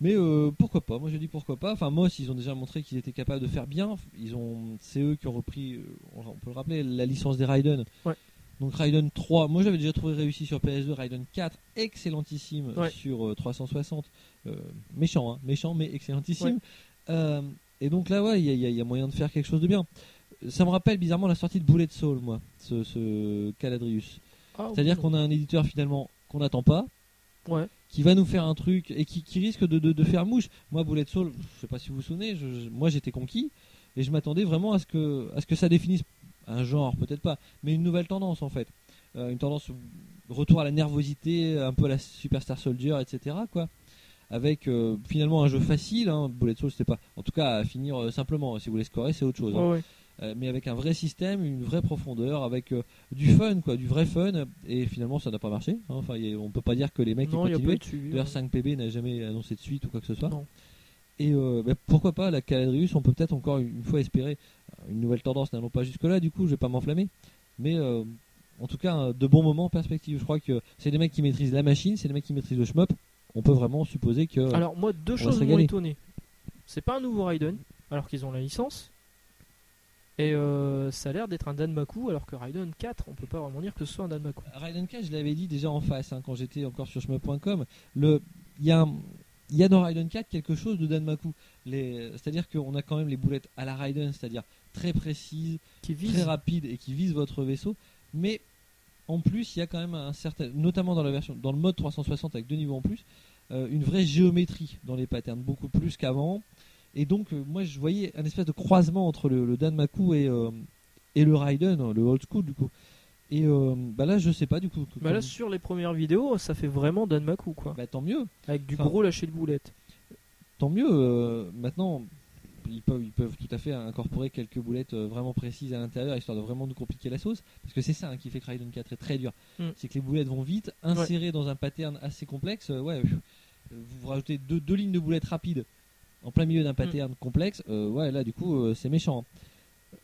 Mais euh, pourquoi pas Moi je dis pourquoi pas. Enfin Moss, ils ont déjà montré qu'ils étaient capables de faire bien. Ils ont, c'est eux qui ont repris, euh, on on peut le rappeler, la licence des Raiden.
Ouais.
Donc Raiden 3, moi j'avais déjà trouvé réussi sur PS2, Raiden 4, excellentissime
Ouais.
sur euh, 360. Euh, méchant, hein, méchant mais excellentissime.
Ouais.
Euh, et donc là, ouais, il y, a- il y a- il y a moyen de faire quelque chose de bien. Ça me rappelle bizarrement la sortie de Bullet Soul, moi, ce, ce Caladrius.
Ah,
C'est-à-dire qu'on a un éditeur finalement qu'on n'attend pas,
Ouais.
qui va nous faire un truc et qui, qui risque de, de- de faire mouche. Moi, Bullet Soul, je sais pas si vous vous souvenez, je- je- moi j'étais conquis et je m'attendais vraiment à ce, que, à ce que ça définisse un genre, peut-être pas, mais une nouvelle tendance en fait. Euh, une tendance retour à la nervosité, un peu à la Superstar Soldier, etc. Quoi. Avec euh, finalement un jeu facile, hein. Bullet Soul, c'était pas. En tout cas, à finir euh, simplement. Si vous voulez scorer, c'est autre chose. hein.
Ouais, ouais.
Euh, mais avec un vrai système, une vraie profondeur, avec euh, du fun, quoi, du vrai fun. Et finalement, ça n'a pas marché. hein. Enfin, y a- on peut pas dire que les mecs
Non,
aient
il y a pas eu
continué.
de suivi.
D'ailleurs,
ouais.
5PB n'a jamais annoncé de suite ou quoi que ce soit.
Non.
Et euh, bah, pourquoi pas la Caladrius On peut peut-être encore une fois espérer euh, une nouvelle tendance. N'allons pas jusque-là, du coup, je vais pas m'enflammer. Mais euh, en tout cas, euh, de bons moments en perspective. Je crois que c'est des mecs qui maîtrisent la machine, c'est des mecs qui maîtrisent le shmup. On peut vraiment supposer que. euh,
Alors, moi, deux
va se
choses m'ont
régaler.
étonné. C'est pas un nouveau Raiden, alors qu'ils ont la licence. Et euh, ça a l'air d'être un Danmaku, alors que Raiden 4, on peut pas vraiment dire que ce soit un Danmaku.
Raiden K, je l'avais dit déjà en face, hein, quand j'étais encore sur shmup.com, le- il y, a un- il y a dans Raiden 4 quelque chose de Danmaku. Les- C'est-à-dire qu'on a quand même les boulettes à la Raiden, c'est-à-dire très précises,
Qui
très
vise.
rapides et qui visent votre vaisseau. Mais en plus, il y a quand même un certain, notamment dans la version, dans le mode 360 avec deux niveaux en plus, euh, une vraie géométrie dans les patterns, beaucoup plus qu'avant. Et donc, euh, moi, je voyais un espèce de croisement entre le, le Danmaku et, euh, et le Raiden, le old school du coup. Et euh, bah là, je sais pas du coup. que-
Bah là,
comme-
sur les premières vidéos, ça fait vraiment Danmaku, quoi.
bah, tant mieux,
Avec du
Enfin,
gros lâcher de boulettes.
tant mieux. euh, maintenant, ils peuvent, ils peuvent tout à fait incorporer quelques boulettes euh, vraiment précises à l'intérieur, histoire de vraiment nous compliquer la sauce. Parce que c'est ça hein, qui fait que Raiden 4 est très dur.
Mm.
C'est que les boulettes vont vite, insérées dans un pattern assez complexe. euh, ouais, pff, euh, vous rajoutez deux, deux lignes de boulettes rapides en plein milieu d'un pattern complexe. euh, ouais, là, du coup, euh, c'est méchant.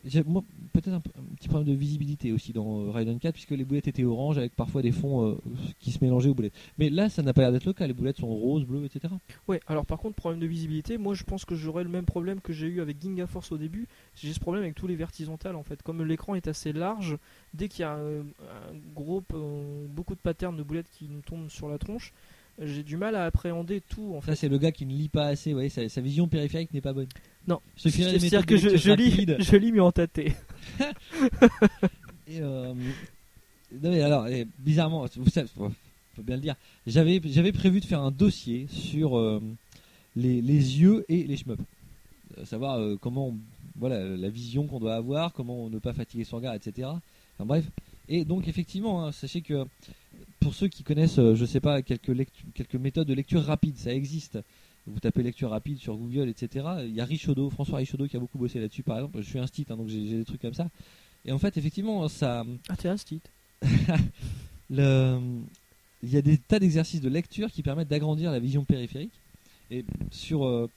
J'ai- moi, peut-être un, p- un petit problème de visibilité aussi dans euh, Raiden 4, puisque les boulettes étaient oranges avec parfois des fonds euh, qui se mélangeaient aux boulettes. Mais là, ça n'a pas l'air d'être le cas. Les boulettes sont roses, bleues, etc.
Ouais, alors par contre, problème de visibilité, moi je pense que j'aurais le même problème que j'ai eu avec Ginga Force au début. J'ai ce problème avec tous les verticales en fait. Comme l'écran est assez large, dès qu'il y a euh, un gros, p- euh, beaucoup de patterns de boulettes qui nous tombent sur la tronche, j'ai du mal à appréhender tout en fait.
Ça, c'est le gars qui ne lit pas assez. Vous voyez, sa, sa vision périphérique n'est pas bonne.
Non.
Je te filerai des
C'est-à-dire
méthodes
que
de
je, je
lecture
lis,
rapide.
je lis mais en tâté.
Et, euh, non, mais alors, eh, bizarrement, vous savez, faut faut bien le dire, j'avais j'avais prévu de faire un dossier sur euh, les, les yeux et les shmups. Euh, savoir euh, comment, voilà, la vision qu'on doit avoir, comment ne pas fatiguer son regard, etc. Enfin, bref. Et donc, effectivement, hein, sachez que pour ceux qui connaissent, euh, je sais pas, quelques, lectu- quelques méthodes de lecture rapide, ça existe. Vous tapez lecture rapide sur Google, etc. Il y a Richaudot, François Richaudot qui a beaucoup bossé là-dessus, par exemple. Je suis un stit, hein, donc j'ai j'ai des trucs comme ça. Et en fait, effectivement, ça,
Ah, t'es un stit.
le- il y a des tas d'exercices de lecture qui permettent d'agrandir la vision périphérique. Et sur euh,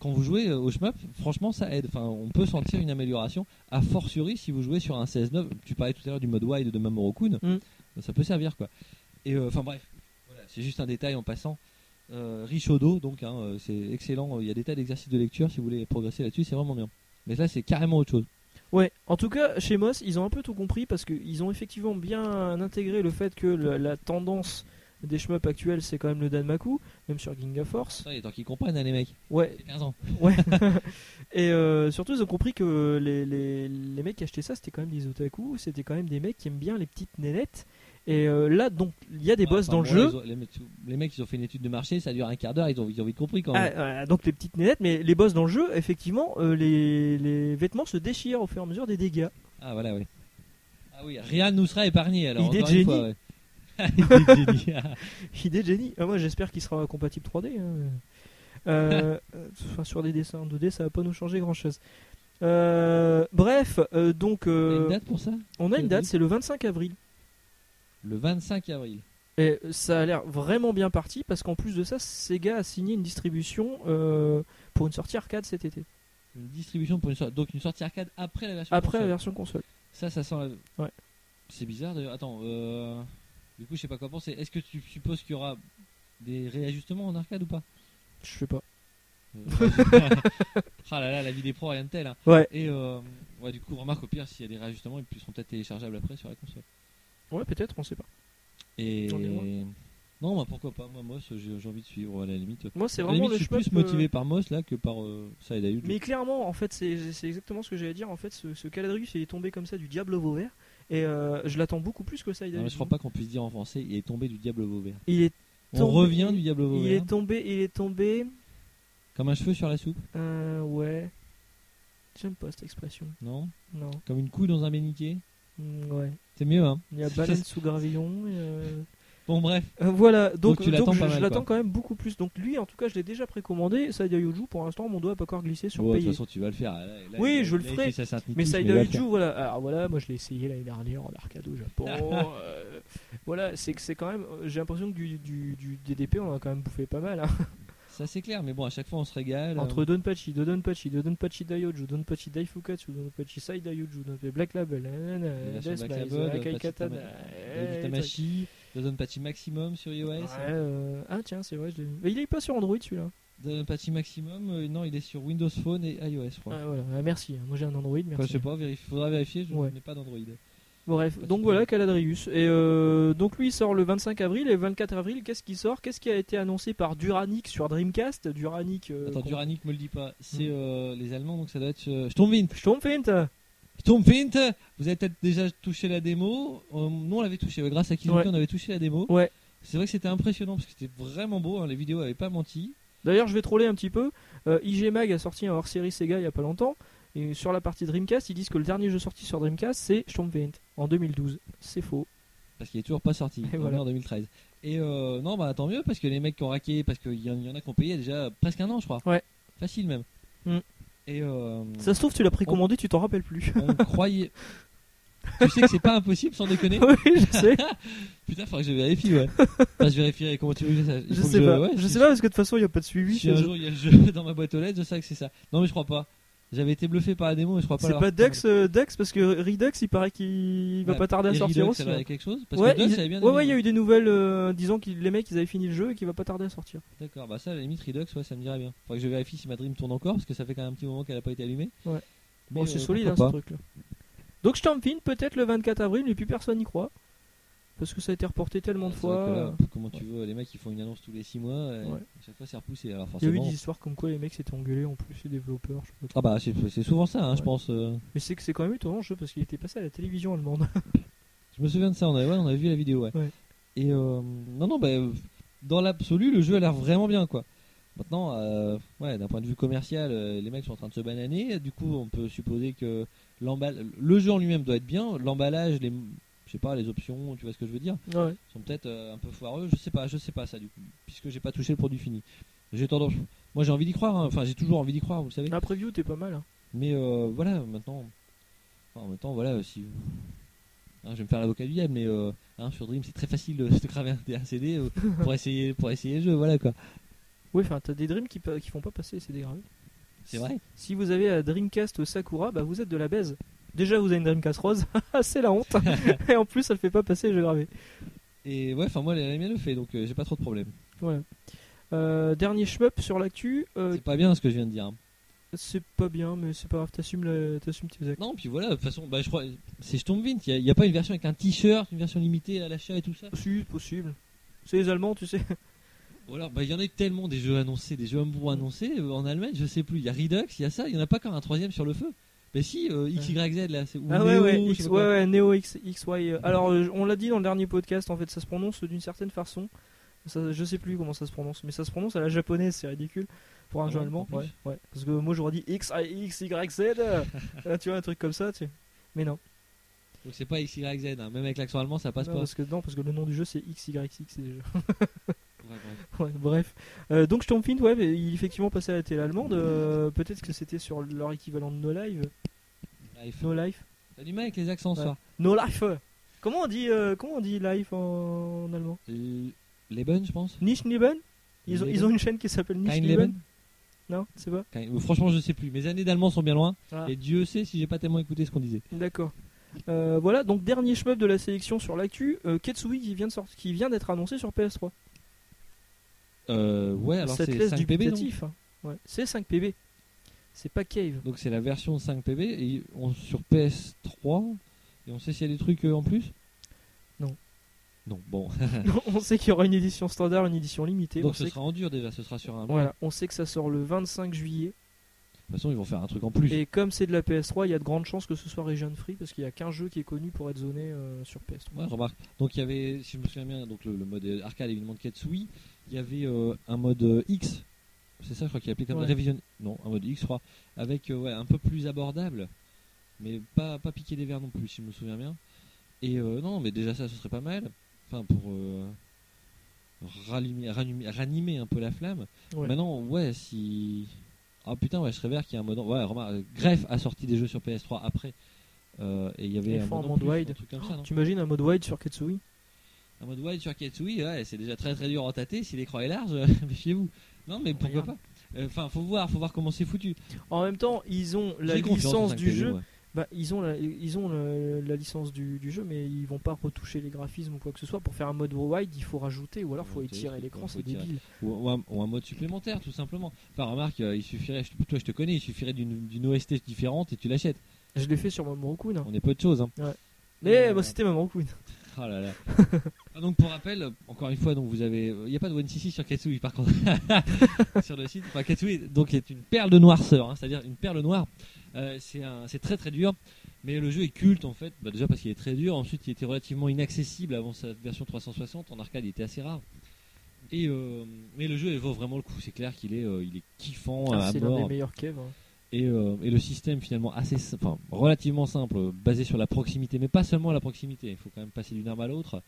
quand vous jouez euh, au shmup, franchement, ça aide. Enfin, on peut sentir une amélioration. A fortiori, si vous jouez sur un 16-9, tu parlais tout à l'heure du mode wide de Mamoru Kun, Ben,
Mm.
ça peut servir quoi. Et euh, enfin bref, voilà, c'est juste un détail en passant. Euh, Richaudot, donc hein, euh, c'est excellent. Il y a des tas d'exercices de lecture si vous voulez progresser là-dessus, c'est vraiment bien. Mais là, c'est carrément autre chose.
Ouais, en tout cas, chez Moss, ils ont un peu tout compris parce qu'ils ont effectivement bien intégré le fait que la, la tendance des shmups actuels c'est quand même le Danmaku, même sur Ginga Force.
Ça, il est temps qu'ils comprennent, hein, les mecs.
Ouais,
C'est 15 ans.
Ouais. et euh, surtout, ils ont compris que les, les, les mecs qui achetaient ça, c'était quand même des otaku, c'était quand même des mecs qui aiment bien les petites nénettes. Et euh, là, donc, il y a des
Ouais,
boss
enfin,
dans le
bon,
jeu.
ils ont- les, mecs- les mecs, ils ont fait une étude de marché, ça dure un quart d'heure, ils ont, ils ont vite compris quand
Ah,
même.
voilà, donc les petites nénettes, mais les boss dans le jeu, effectivement, euh, les, les vêtements se déchirent au fur et à mesure des dégâts.
Ah, voilà, oui. Ah oui, rien ne nous sera épargné alors.
Idée de
encore une
génie.
fois, ouais. Idée de génie.
Idée de génie. Ah, moi, j'espère qu'il sera compatible 3D. hein. Euh, euh, enfin, sur des dessins 2D, ça va pas nous changer grand chose. Euh, bref, euh, donc
Il y a
euh,
une date pour ça
on a une
Vas-y.
date, c'est le 25 avril.
Le 25 avril.
Et ça a l'air vraiment bien parti parce qu'en plus de ça, Sega a signé une distribution euh, pour une sortie arcade cet été,
Une distribution pour une sortie. Donc une sortie arcade après la version.
après la
console.
version console.
Ça, ça sent la-
Ouais.
C'est bizarre d'ailleurs. Attends, euh, du coup, je sais pas quoi penser. Est-ce que tu supposes qu'il y aura des réajustements en arcade ou pas
Je sais pas.
Ah là là, la vie des pros, rien de tel. hein.
Ouais.
Et euh, ouais, du coup, remarque au pire, s'il y a des réajustements, ils seront peut-être téléchargeables après sur la console.
Ouais, peut-être, on sait pas.
Et.
J'en ai
Non, bah, pourquoi pas Moi, Moss, j'ai j'ai envie de suivre à la limite.
Moi, c'est
À la
vraiment
limite,
le
je suis plus
shmup, euh,
motivé par Moss là que par euh, ça et d'ailleurs.
Mais clairement, en fait, c'est c'est exactement ce que j'allais dire. En fait, ce, ce Caladrius, il est tombé comme ça du diable au vert. Et euh, je l'attends beaucoup plus que ça.
Non, mais je crois pas qu'on puisse dire en français, il est tombé du diable Vauvert.
Il est,
On
Tombé-
revient du diable
il
Vauvert,
est tombé, il est tombé.
comme un cheveu sur la soupe,
euh, ouais. J'aime pas cette expression.
non
Non.
Comme une couille dans un bénitier
Mm, Ouais.
C'est mieux, hein
Il y a baleine sous gravillon. et, euh,
Bon, bref.
Euh, voilà, donc,
Donc tu
donc
l'attends
je,
pas mal,
je l'attends
quoi.
quand même beaucoup plus. Donc lui, en tout cas, je l'ai déjà précommandé. Saïda Yuju, pour l'instant, mon doigt n'a pas encore glissé sur
Bon, Oh, de
payer.
toute façon, tu vas le faire. Ah, Là, là,
Oui,
il-
je le
là, il
ferai.
fait sa Sainte
Mais
Nitouche, il
Saïda
va le
Yuju,
faire.
voilà. Alors voilà, moi je l'ai essayé l'année dernière en arcade au Japon. Euh, voilà, c'est que c'est quand même. euh, J'ai l'impression que du, du, du DDP, on en a quand même bouffé pas mal. hein.
Ça, c'est clair, mais bon, à chaque fois, on se régale. euh,
Entre Donpachi, de Donpachi, de Donpachi Daioju, Donpachi Daifukatsu, Donpachi Saïda Yuju, Donpachi Black Label, nanana,
La version
Death
Black
Slice,
Label,
Akai
Patch
Katana,
Tama-
euh,
David
les trucs.
Tamashi, Dodon Pachi Maximum sur iOS.
Ouais, euh, Ah tiens, c'est vrai, je l'ai vu. Mais Il est pas sur Android celui-là.
Dodon Pachi Maximum, euh, non, il est sur Windows Phone et iOS, je crois.
Ah, voilà. Ah, merci, moi j'ai un Android, merci.
Enfin, je sais pas, il faudra vérifier, je
Ouais. Euh,
n'ai pas d'Android.
Bref,
Pas
donc
super.
voilà Caladrius. Et euh, donc lui il sort le 25 avril et le 24 avril, qu'est-ce qui sort Qu'est-ce qui a été annoncé par Duranic sur Dreamcast Duranic. euh,
Attends,
qu'on-
Duranic me le dit pas,
Mm.
c'est euh, les Allemands, donc ça doit être. euh, Sturmwind
Sturmfeld
Sturmwind Vous avez peut-être déjà touché la démo. Euh, nous, on l'avait touché, ouais, grâce à Kizuki,
Ouais.
on avait touché la démo.
Ouais.
C'est vrai que c'était impressionnant parce que c'était vraiment beau, hein, les vidéos avaient pas menti.
D'ailleurs, je vais troller un petit peu. Euh, IG Mag a sorti un hors-série Sega il y a pas longtemps. Et sur la partie Dreamcast, ils disent que le dernier jeu sorti sur Dreamcast, c'est Sturmwind en 2012. C'est faux.
parce qu'il est toujours pas sorti.
Et
on
voilà.
est en 2013. Et euh, non, bah tant mieux parce que les mecs qui ont raqué, parce qu'il y, en- il y en a qui ont payé déjà presque un an, je crois.
Ouais.
Facile même.
Mm.
Et euh,
Ça se trouve, tu l'as précommandé, tu t'en rappelles plus.
on croyait. tu sais que c'est pas impossible sans déconner.
oui, je sais.
Putain, faudrait que je vérifie, ouais. Enfin, je vérifierai comment tu veux ça. Il
Je
faut que
sais pas.
euh, ouais,
je
si-
sais pas parce que de toute façon, il n'y a pas de suivi.
Si un
chez eux.
jour il y a le jeu dans ma boîte aux lettres, je sais que c'est ça. Non, mais je crois pas. J'avais été bluffé par la démo, mais je crois pas.
C'est
l'avoir
pas
commandé.
Dax, euh, Dax parce que Redux, il paraît qu'il va
Ouais,
pas tarder à
Et
sortir
Redux,
aussi.
alors,
hein.
il y a quelque chose Parce
ouais,
que Dust
ils-
avait bien
ouais,
aimé.
ouais, il y a eu des nouvelles euh, disant que les mecs ils avaient fini le jeu et qu'il va pas tarder à sortir.
D'accord, bah ça, à la limite, Redux, ouais, ça me dirait bien. Faudrait que je vérifie si ma dream tourne encore, parce que ça fait quand même un petit moment qu'elle a pas été allumée.
Ouais.
Mais,
Bon, c'est
euh,
solide hein,
pourquoi
ce
pas.
truc là. Donc Stampin peut-être le 24 avril, mais plus personne n'y croit. Parce que ça a été reporté tellement de
C'est vrai
fois.
que là,
euh,
pff, comment tu veux, les mecs, ils font une annonce tous les 6 mois, euh,
Ouais.
à chaque fois, c'est repoussé. Alors,
Il y a eu
forcément.
des histoires comme quoi les mecs s'étaient engueulés en plus, les développeurs. je sais pas quoi.
Ah bah, c'est c'est souvent ça, hein, je
Ouais.
pense. euh.
Mais c'est que c'est quand même étonnant le jeu parce qu'il était passé à la télévision allemande.
Je me souviens de ça, on avait, ouais, on avait vu la vidéo, ouais.
Ouais.
Et euh, non, non, bah, euh, dans l'absolu, le jeu a l'air vraiment bien, quoi. Maintenant, euh, ouais, d'un point de vue commercial, euh, les mecs sont en train de se bananer. Du coup, on peut supposer que l'emball- le jeu en lui-même doit être bien. L'emballage, les, je sais pas, les options, tu vois ce que je veux dire
ouais.
sont peut-être euh, un peu foireux. Je sais pas, je sais pas ça du coup, puisque j'ai pas touché le produit fini. J'ai tendance, moi j'ai envie d'y croire. hein. Enfin, j'ai toujours envie d'y croire, vous le savez.
La preview t'es pas mal. hein.
Mais euh, voilà, maintenant, enfin, en même temps, voilà, si vous- hein, je vais me faire l'avocat du diable, mais euh, hein, sur Dream c'est très facile de se graver un, un CD euh, pour essayer, pour essayer le jeu, voilà quoi.
Ouais, enfin t'as des dreams qui, pa- qui font pas passer, c'est dégradé.
C'est vrai.
Si vous avez la Dreamcast au Sakura, bah vous êtes de la baise. Déjà, vous avez une Dreamcast rose, c'est la honte. Et en plus, ça le fait pas passer, je gravé.
Et ouais, enfin moi la la mienne le fait, donc euh, j'ai pas trop de problème.
Voilà. Euh, dernier shmup sur l'actu, euh,
C'est pas bien ce que je viens de dire. hein.
c'est pas bien, mais c'est pas grave, t'assumes, la- t'assumes tes actes.
Non, puis voilà, de toute façon, bah, je crois, c'est je tombe vite. Il y, a pas une version avec un t-shirt, une version limitée à l'achat et tout ça.
Si, possible. C'est les Allemands, tu sais.
Ou alors, bah, il y en a tellement des jeux annoncés, des jeux Homebrew annoncés euh, en Allemagne, je sais plus. Il y a Redux, il y a ça, il y en a pas encore un troisième sur le feu. Bah si, euh, XYZ là, c'est ou
Ah ouais,
Neo,
ouais,
je
X-
sais pas
ouais,
quoi.
ouais, Neo X, XY. euh, Alors, euh, on l'a dit dans le dernier podcast, en fait, ça se prononce d'une certaine façon. Ça, je sais plus comment ça se prononce, mais ça se prononce à la japonaise, c'est ridicule. Pour un
Ah
jeu
ouais,
allemand,
en plus.
ouais, ouais. Parce que moi j'aurais dit X, I, X, Y, Z, euh, euh, tu vois, un truc comme ça, tu sais. Mais non,
Donc c'est pas XYZ, hein. même avec l'accent allemand ça passe
Non,
pas.
Parce que, non, parce que le nom du jeu c'est XYX déjà.
Ouais, bref.
Ouais, bref. Euh, donc Sturmfield, ouais, mais il est effectivement passé à la télé allemande. euh, Peut-être que c'était sur leur équivalent de No Life.
Life.
No Life.
T'as du mal avec les accents, ce
Ouais.
soir.
No Life. Comment on dit, euh, comment on dit life en, en allemand
L- Leben, je pense.
Nischleben ils ont,
Leben.
ils ont une chaîne qui s'appelle
Kein
Nischleben
Leben.
Non, c'est pas.
Kein- euh, Franchement, je sais plus. Mes années d'allemand sont bien loin.
Ah.
Et Dieu sait si j'ai pas tellement écouté ce qu'on disait.
D'accord. Euh, voilà, donc dernier shmup de la sélection sur l'actu, euh, Ketsui qui vient de sortir, qui vient d'être annoncé sur PS3.
Euh, ouais, alors
Ça te
c'est
laisse
5 PB. Donc
dubitatif, hein. Ouais, c'est 5 PB. C'est pas Cave.
Donc, c'est la version 5 PB et on, sur PS3. Et on sait s'il y a des trucs euh, en plus
Non.
Non, bon.
on sait qu'il y aura une édition standard, une édition limitée. on
Donc ce
sait
sera en dur déjà, ce sera sur un.
que... Voilà, on sait que ça sort le 25 juillet.
De toute façon, ils vont faire un truc en plus.
Et comme c'est de la PS3, il y a de grandes chances que ce soit region free parce qu'il y a qu'un jeu qui est connu pour être zoné euh, sur PS3.
Ouais, remarque. Donc il y avait, si je me souviens bien, donc le, le mode arcade évidemment de Katsui, il y avait euh, un mode euh, X, c'est ça je crois qu'il appelait comme
Ouais.
Revision, non, un mode X je crois, avec euh, ouais, un peu plus abordable, mais pas, pas piqué des verres non plus si je me souviens bien. Et euh, non, mais déjà ça ce serait pas mal, enfin pour euh, rallumer- rallumer- ranimer un peu la flamme.
Ouais.
Maintenant, ouais, si... Ah putain, ouais, je serais vert qu'il y a un mode... en- Ouais, remarque, Greff a sorti des jeux sur PS3 après. euh, et il y avait
Des
un
fois en
mode, en
mode
plus, un
wide.
truc comme ça, non
T'imagines un mode wide sur Ketsui
un mode wide sur Ketsui, ouais, c'est déjà très très dur à tâter. Si l'écran est large, méfiez-vous. Non, mais pourquoi
Regarde.
pas Euh, Enfin, faut voir, faut voir comment c'est foutu.
En même temps, ils ont la
J'ai confiance en
licence du
5PB,
jeu.
ouais.
Bah, ils ont, la, ils ont le- la licence du, du jeu, mais ils vont pas retoucher les graphismes ou quoi que ce soit. Pour faire un mode wide, il faut rajouter ou alors faut
Rajouter,
étirer
truc,
l'écran,
quoi,
c'est
faut étirer.
débile.
Ou, ou un, ou un mode supplémentaire, tout simplement. Enfin, remarque, euh, il suffirait, je- toi je te connais, il suffirait d'une d'une OST différente et tu l'achètes.
Je l'ai fait sur Mamoru Kun. hein.
On est peu de choses. Hein.
Mais
Euh,
bah, c'était Mamoru Kun.
Ah là là. Ah, donc pour rappel, euh, encore une fois, donc vous avez, euh, il n'y a pas de One CC sur Katsui par contre sur le site. Enfin, Katsui donc est une perle de noirceur, hein, c'est-à-dire une perle noire. Euh, c'est un- c'est très très dur, mais le jeu est culte en fait. Bah, déjà parce qu'il est très dur. Ensuite, il était relativement inaccessible avant sa version 360 en arcade, il était assez rare. Et euh, mais le jeu il vaut vraiment le coup. C'est clair qu'il est, euh, il est kiffant
Ah,
à
c'est l'un des
mort.
meilleurs caves. hein.
Et, euh, et le système finalement assez, si- enfin, relativement simple, euh, basé sur la proximité, mais pas seulement la proximité. Il faut quand même passer d'une arme à l'autre,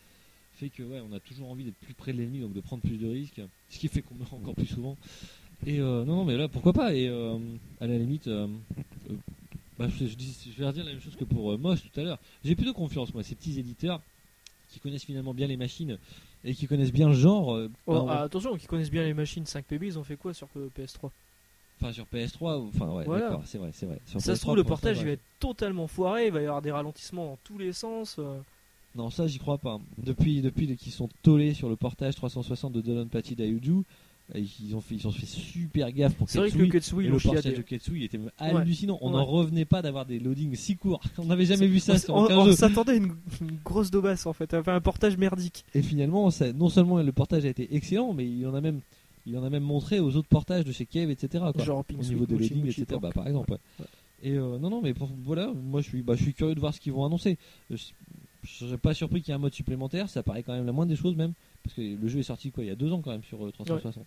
fait que ouais, on a toujours envie d'être plus près de l'ennemi, donc de prendre plus de risques, ce qui fait qu'on meurt encore plus souvent. Et euh, non, non, mais là, pourquoi pas Et euh, à la limite, euh, euh, bah, je, je dis- je vais redire la même chose que pour euh, Moss tout à l'heure. J'ai plutôt confiance, moi, ces petits éditeurs qui connaissent finalement bien les machines et qui connaissent bien le genre. euh,
Oh,
bah, on
ah,
va-
attention, qu'ils connaissent bien les machines 5PB, ils ont fait quoi sur euh, PS3
Enfin, sur PS3, ou- enfin ouais,
Voilà.
d'accord, c'est vrai, c'est vrai. Sur
Ça se
PS3,
trouve, le
pour l'instant,
portage il
ouais.
va être totalement foiré, il va y avoir des ralentissements dans tous les sens. euh.
Non, ça, j'y crois pas. Depuis, depuis qu'ils sont tollés sur le portage 360 de Dolan Patti d'Ayuju, euh, ils ont fait, ils ont fait super gaffe pour
C'est vrai que
Ketsui.
le Ketsui,
Et
il
le
aussi a
portage
des-
de Ketsui il était hallucinant. On
Ouais.
n'en revenait pas d'avoir des loadings si courts. On n'avait jamais vu ça sur
on,
aucun
on
jeu.
s'attendait à une, une grosse daubasse en fait, enfin un portage merdique.
Et finalement, ça- non seulement le portage a été excellent, mais il en a même, il en a même montré aux autres portages de chez Cave, etc. quoi.
Genre
au
Pink
niveau
Sweet,
des
Mochi
loadings,
Mochi
etc.
Pork.
bah, par exemple. ouais. Et euh, non, non, mais pour- voilà, moi je suis, bah, je suis curieux de voir ce qu'ils vont annoncer. Je, je serais pas surpris qu'il y ait un mode supplémentaire, ça paraît quand même la moindre des choses même, parce que le jeu est sorti quoi, il y a deux ans quand même sur euh, 360.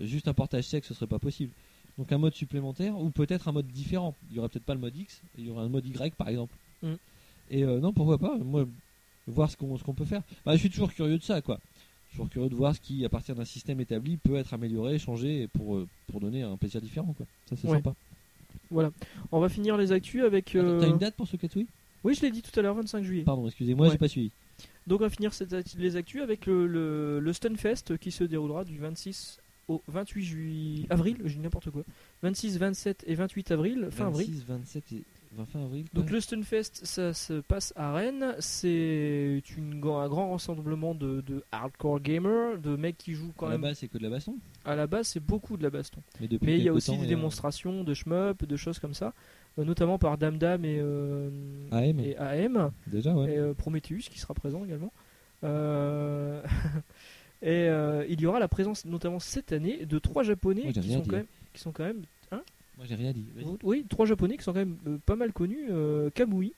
Euh, Juste un portage sec, ce serait pas possible. Donc un mode supplémentaire ou peut-être un mode différent. Il y aurait peut-être pas le mode X, il y aurait un mode Y par exemple.
Mm.
Et euh, non, pourquoi pas Moi, voir ce qu'on ce qu'on peut faire. Bah, je suis toujours curieux de ça quoi. Je suis toujours curieux de voir ce qui, à partir d'un système établi, peut être amélioré, changé pour, euh, pour donner un plaisir différent. Quoi. Ça, c'est
Ouais.
sympa.
Voilà. On va finir les actus avec.
Attends,
euh,
T'as une date pour ce Katui
Oui, je l'ai dit tout à l'heure, 25 juillet.
Pardon, excusez-moi,
Ouais.
j'ai pas suivi.
Donc on va finir cette actu- les actus avec le, le, le Stunfest qui se déroulera du 26 au 28 juillet avril, je dis n'importe quoi. 26, 27 et 28 avril, fin avril.
26, 27 et 20 fin avril.
Donc le Stunfest, ça se passe à Rennes. C'est une gra- un grand rassemblement de, de hardcore gamers, de mecs qui jouent quand
quand
même.
Là-bas, c'est que de la baston.
À la base, c'est beaucoup de la baston.
Mais, euh, depuis
Mais il y a
quelque
aussi
temps,
des démonstrations de shmup, de choses comme ça, euh, notamment par Damdam et, euh,
Ah, ouais, mais
et AM,
déjà, ouais.
et euh, Prometheus qui sera présent également. Euh, et euh, il y aura la présence, notamment cette année, de trois japonais
Moi, j'ai
qui,
rien
sont
dit.
quand même, qui sont quand même. hein
Moi, j'ai rien dit. Vas-y.
oui, trois japonais qui sont quand même euh, pas mal connus euh, Kamui,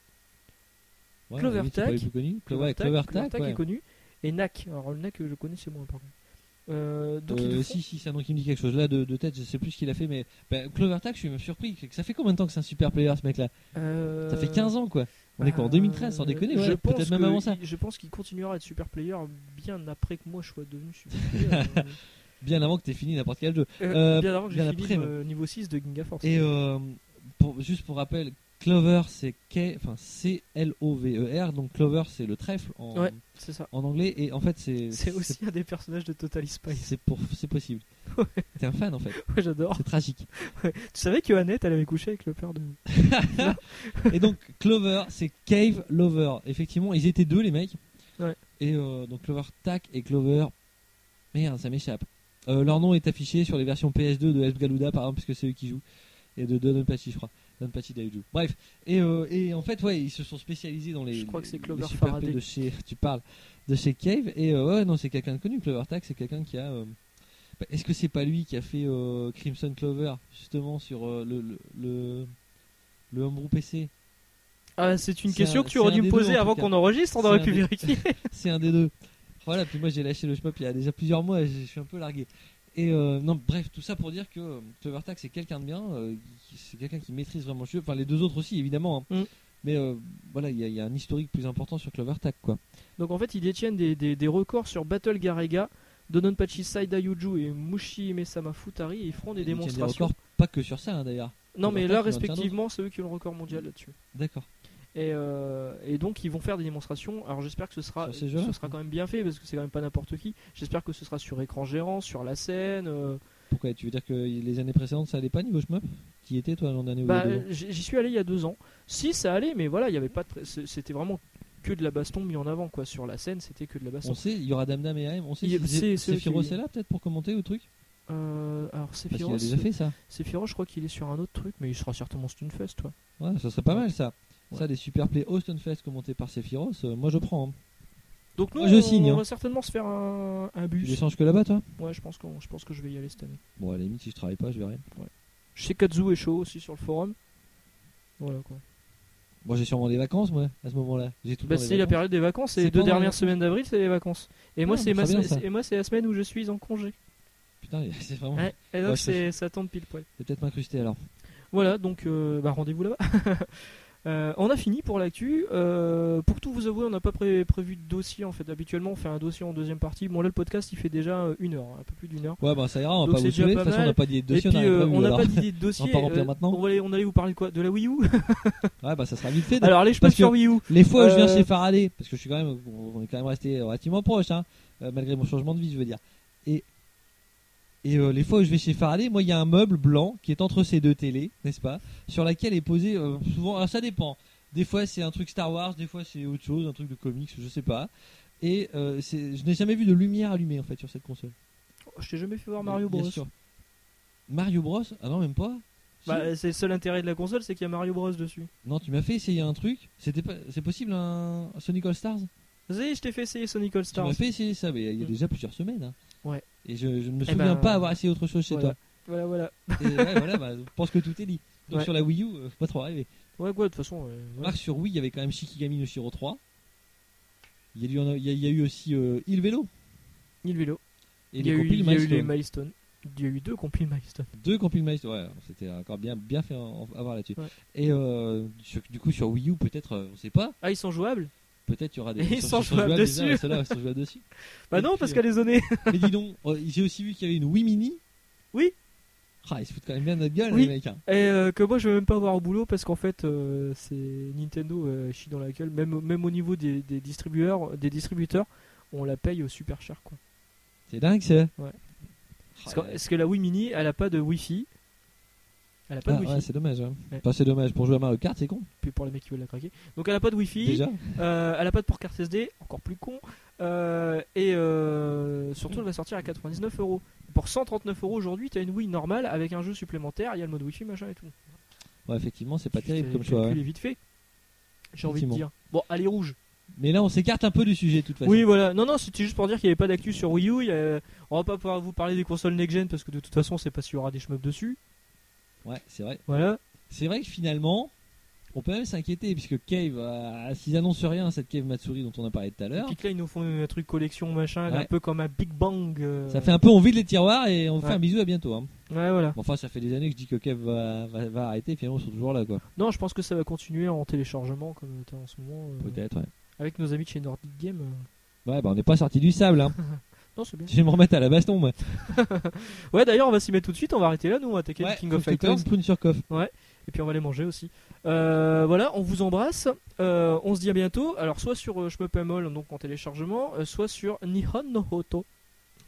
Ouais,
Clover
oui, c'est pas
Tack.
les plus connus. Clo- ouais, Clover Tack,
Clovertac
ouais.
est connu, et Nak. Alors le Nak, je connaissais moins par contre. Euh, donc ils
Euh,
le font.
si, si, c'est un nom qui me dit quelque chose là de, de tête, je sais plus ce qu'il a fait, ben, mais bah, Clover Tack, je suis même surpris. Ça fait combien de temps que c'est un super player ce mec là
Euh,
Ça fait 15 ans quoi. On est quoi en 2013 Sans déconner, ouais,
je pense
peut-être même
que
avant ça.
il- Je pense qu'il continuera à être super player bien après que moi je sois devenu super player.
Bien avant que t'aies fini n'importe quel jeu.
Euh,
Euh,
bien avant que
bien
j'ai fini
après,
le niveau 6 de Ginga Force.
Et euh, pour- juste pour rappel, Clover c'est K- enfin, C-L-O-V-E-R, E donc Clover c'est le trèfle en,
Ouais. c'est ça.
en anglais, et en fait euh, c'est.
C'est aussi un des personnages de Total Spice.
C'est pour- c'est possible. T'es un fan en fait,
Moi j'adore.
c'est tragique.
Tu savais que Annette elle avait couché avec le père de.
Et donc Clover c'est Cave Lover. Effectivement, ils étaient deux les mecs.
Ouais.
Et euh, donc Clover Tac et Clover. Merde, ça m'échappe. Euh, leur nom est affiché sur les versions PS2 de F. Galuda par exemple, puisque c'est eux qui jouent. Et de Don Pachi, je crois. Don Pachi Daiju. Bref. Et, euh, et en fait, ouais, ils se sont spécialisés dans les.
Je crois que c'est
les
Clover
super
Faraday.
P De chez, tu parles de chez Cave. Et euh, ouais, non, c'est quelqu'un de connu. Clover Tac, c'est quelqu'un qui a. euh, bah, Est-ce que c'est pas lui qui a fait euh, Crimson Clover, justement, sur euh, le, le, le, le Homebrew PC
Ah, c'est une
C'est
question
un-
que
c'est
tu aurais
un
dû me
des deux, en
poser
tout
avant
cas.
qu'on enregistre, on
C'est
aurait
un
pu
des-
vérifier.
C'est un des deux. Voilà, puis moi j'ai lâché le shmup il y a déjà plusieurs mois, je je suis un peu largué. Et euh, non, bref, tout ça pour dire que euh, Clovertax c'est quelqu'un de bien, euh, qui- c'est quelqu'un qui maîtrise vraiment le jeu. Enfin, les deux autres aussi, évidemment. hein.
Mm.
Mais euh, voilà, il y, a- il y a un historique plus important sur Clovertax, quoi.
Donc en fait, ils détiennent des, des- des records sur Battle Garega, Dononpachi Saida Yuju et Mushi Mesama Futari et ils feront des
Il y a
démonstrations.
records, pas que sur ça, hein, d'ailleurs.
Non, mais
Clover
là,
Tac, il en tient
respectivement, c'est eux qui ont le record mondial là-dessus.
D'accord.
Et, euh, et donc ils vont faire des démonstrations. Alors j'espère que ce sera,
Sur ces jeux-là,
ce sera quand même bien fait parce que c'est quand même pas n'importe qui. J'espère que ce sera sur écran gérant, sur la scène. euh.
Pourquoi Tu veux dire que les années précédentes ça allait pas niveau shmup Qui était toi l'an dernier ou
Bah,
il y a deux ans
j'y j'y suis allé il y a deux ans. Si ça allait, mais voilà, il y avait pas. de pré- c'est- C'était vraiment que de la baston mis en avant quoi. Sur la scène, c'était que de la baston.
On sait, il y aura Dame Dame et AM, on sait
Il y a-
si
c'est-
Zé-
c'est eux qui-
Sephiroth est là peut-être pour commenter au truc
Euh, alors
Parce qu'il a
Sephiroth,
déjà fait ça.
Sephiroth, je crois qu'il est sur un autre truc, mais il sera certainement Stunfest, toi.
Ouais, ça serait pas
Ouais.
mal ça.
Ouais.
Ça, des super plays Austin Fest commentés par Sephiroth, euh, moi je prends. hein.
Donc nous,
Moi, je
on,
signe,
on
hein.
va certainement se faire un, un
Tu
bus.
l'échanges que là-bas toi
Ouais, je pense, qu'on- je pense que je vais y aller cette année.
Bon, à la limite, si je travaille pas, je verrai.
Je sais Katsu est chaud aussi sur le forum. Voilà quoi.
Moi j'ai sûrement des vacances, moi, à ce moment-là. J'ai tout le
Bah,
temps des
c'est la
vacances.
période des vacances, et
C'est
les deux
pendant les
dernières
vacances.
semaines d'avril, c'est les vacances. Et moi,
Ah,
c'est
bah,
ma
très bien,
semaine-
ça.
et moi, c'est la semaine où je suis en congé.
Putain, c'est vraiment.
Ouais, Et
Ouais,
donc,
ça
c'est- ça tombe pile poil.
C'est peut-être m'incruster alors.
Voilà, donc euh, bah, rendez-vous là-bas. Euh, on a fini pour l'actu. Euh, pour tout vous avouer, on n'a pas pré- prévu de dossier en fait. Habituellement, on fait un dossier en deuxième partie. Bon, là, le podcast il fait déjà euh, une heure, hein, un peu plus d'une heure.
Ouais, bah ça ira, on va
Donc,
pas
c'est déjà
vous saouler. De
pas
toute façon, on
mal.
n'a pas d'idée de
Et
dossier,
puis,
on a rien
euh,
prévu,
on n'a
alors.
pas d'idée de dossier. euh,
pas remplir maintenant.
on, va aller- on allait vous parler de quoi De la Wii U
Ouais, bah ça sera vite fait.
Alors, allez, je passe
Parce que-
sur Wii U.
Les fois où je viens
Euh,
chez Faraday, parce que je suis quand même, on est quand même resté relativement proche, hein, euh, malgré mon changement de vie, je veux dire. Et, et euh, les fois où je vais chez Faraday, moi, il y a un meuble blanc qui est entre ces deux télés, n'est-ce pas Sur laquelle est posé euh, souvent. Alors, ça dépend. Des fois, c'est un truc Star Wars, des fois, c'est autre chose, un truc de comics, je sais pas. Et euh, c'est- je n'ai jamais vu de lumière allumée en fait sur cette console.
Je t'ai jamais fait voir Mario
Bien
Bros.
sûr. Mario Bros Ah non, même pas. Si.
Bah, c'est le seul intérêt de la console, c'est qu'il y a Mario Bros dessus.
Non, tu m'as fait essayer un truc. C'était pas. C'est possible un Sonic All Stars
Zé, je t'ai fait essayer Sonic All
Tu
Stars.
m'as fait essayer ça, mais il y a
Mm.
déjà plusieurs semaines. hein.
Ouais.
Et je, je ne me
Eh
souviens
ben,
pas avoir essayé autre chose chez
voilà. Voilà, voilà.
toi. Et ouais, voilà, bah, je pense que tout est dit. Donc
Ouais.
sur la Wii U, euh, pas trop arrivé.
Ouais, quoi, de toute façon. euh, voilà.
Marc, sur Wii, il y avait quand même Shikigami no Shiro 3. Il y a eu, en- il y a- il y a eu aussi euh, Il Vélo.
Ni le vélo.
Et
il y a,
les
eu,
compiles
il y a eu les
Milestone.
milestones. Il y a eu deux compiles milestones.
Deux compiles Milestone. Ouais, c'était encore bien, bien fait en- en- avoir là-dessus.
Ouais.
Et euh, sur- du coup, sur Wii U, peut-être, euh, on sait pas,
Ah, ils sont jouables
peut-être il y aura des.
Ils
sur-
sont
sur- sur
jouables
déjà,
dessus.
ceux-là, ils sont jouables dessus.
Bah
Et
non,
puis,
parce
euh,
qu'elle est zonée.
Mais dis donc, euh, j'ai aussi vu qu'il y avait une Wii Mini.
Oui.
Ah, ils se foutent quand même bien de notre gueule,
Oui.
les mecs. hein.
Et euh, que moi je vais même pas voir au boulot parce qu'en fait euh, c'est Nintendo euh, chie dans la gueule. Même, même au niveau des, des distributeurs, des distributeurs, on la paye super cher quoi.
C'est dingue ça.
Ouais. Oh Parce que,
Ah,
parce que la Wii Mini, elle a pas de Wi-Fi. Elle a pas de Wi-Fi.
ouais, c'est dommage. hein.
Ouais.
Enfin, c'est dommage. Pour jouer à Mario Kart, c'est con.
Puis pour les mecs qui veulent la craquer. Donc elle a pas de Wi-Fi.
Déjà.
Euh, elle a pas de port carte SD, encore plus con. Euh, et euh, surtout, elle va sortir à 99 euros. Pour 139 euros aujourd'hui, t'as une Wii normale avec un jeu supplémentaire, il y a le mode Wi-Fi, machin et tout.
Ouais, effectivement, c'est pas
Tu
terrible
fais
comme
le
choix.
calcul
ouais.
vite fait. J'ai envie de
Effectivement.
dire. Bon, allez rouge.
Mais là, on s'écarte un peu du sujet, de toute façon.
Oui, voilà. Non, non, c'était juste pour dire qu'il n'y avait pas d'actu sur Wii U. il y a- On va pas pouvoir vous parler des consoles next-gen parce que de toute façon, c'est pas s'il y aura des shmups dessus.
Ouais, c'est vrai.
Voilà.
C'est vrai que finalement, On peut même s'inquiéter puisque Cave, euh, s'ils annoncent rien à cette Cave Matsuri dont on a parlé tout à l'heure,
Puis que là, ils nous font un truc collection machin,
Ah. Ouais.
un peu comme un Big Bang. euh,
ça fait un peu envie de les tiroirs et on fait
Ouais.
un bisou à bientôt. hein.
Ouais, voilà.
Bon, enfin, ça fait des années que je dis que Cave va, va- va arrêter, finalement, ils sont toujours là, quoi.
Non, je pense que ça va continuer en téléchargement comme t'as en ce moment. euh,
Peut-être, ouais.
avec nos amis de chez Nordic Game. euh.
Ouais, bah on n'est pas sorti du sable, hein.
Non, c'est bien.
Je vais me remettre à la baston, moi.
Ouais, d'ailleurs, on va s'y mettre tout de suite. On va arrêter là, nous. On va attaquer
Ouais,
le King
faut
of
que je te colle
Fighters.
une prune sur coffre.
Et puis on va les manger aussi. Euh, voilà, on vous embrasse. Euh, on se dit à bientôt. Alors, soit sur euh, Je me Pamol, donc en téléchargement, euh, soit sur Nihon no Hoto.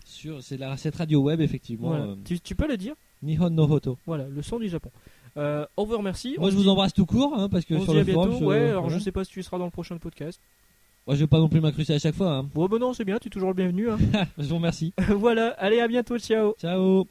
Sur, c'est de la cette radio web, effectivement.
Voilà.
euh,
Tu, tu peux le dire
Nihon no Hoto.
Voilà, le son du Japon. Euh, on vous remercie. on
Moi, je
se
vous
dit-
embrasse tout court, hein, parce que
On se
sur
dit
le
à bientôt.
forum. je-
ouais, alors
voilà.
je sais pas si tu seras dans le prochain podcast.
Moi, je vais pas non plus m'incruster à chaque fois, hein.
Bon, bah non, c'est bien, tu es toujours le bienvenu. hein.
Je vous remercie.
voilà, allez, à bientôt, ciao.
Ciao.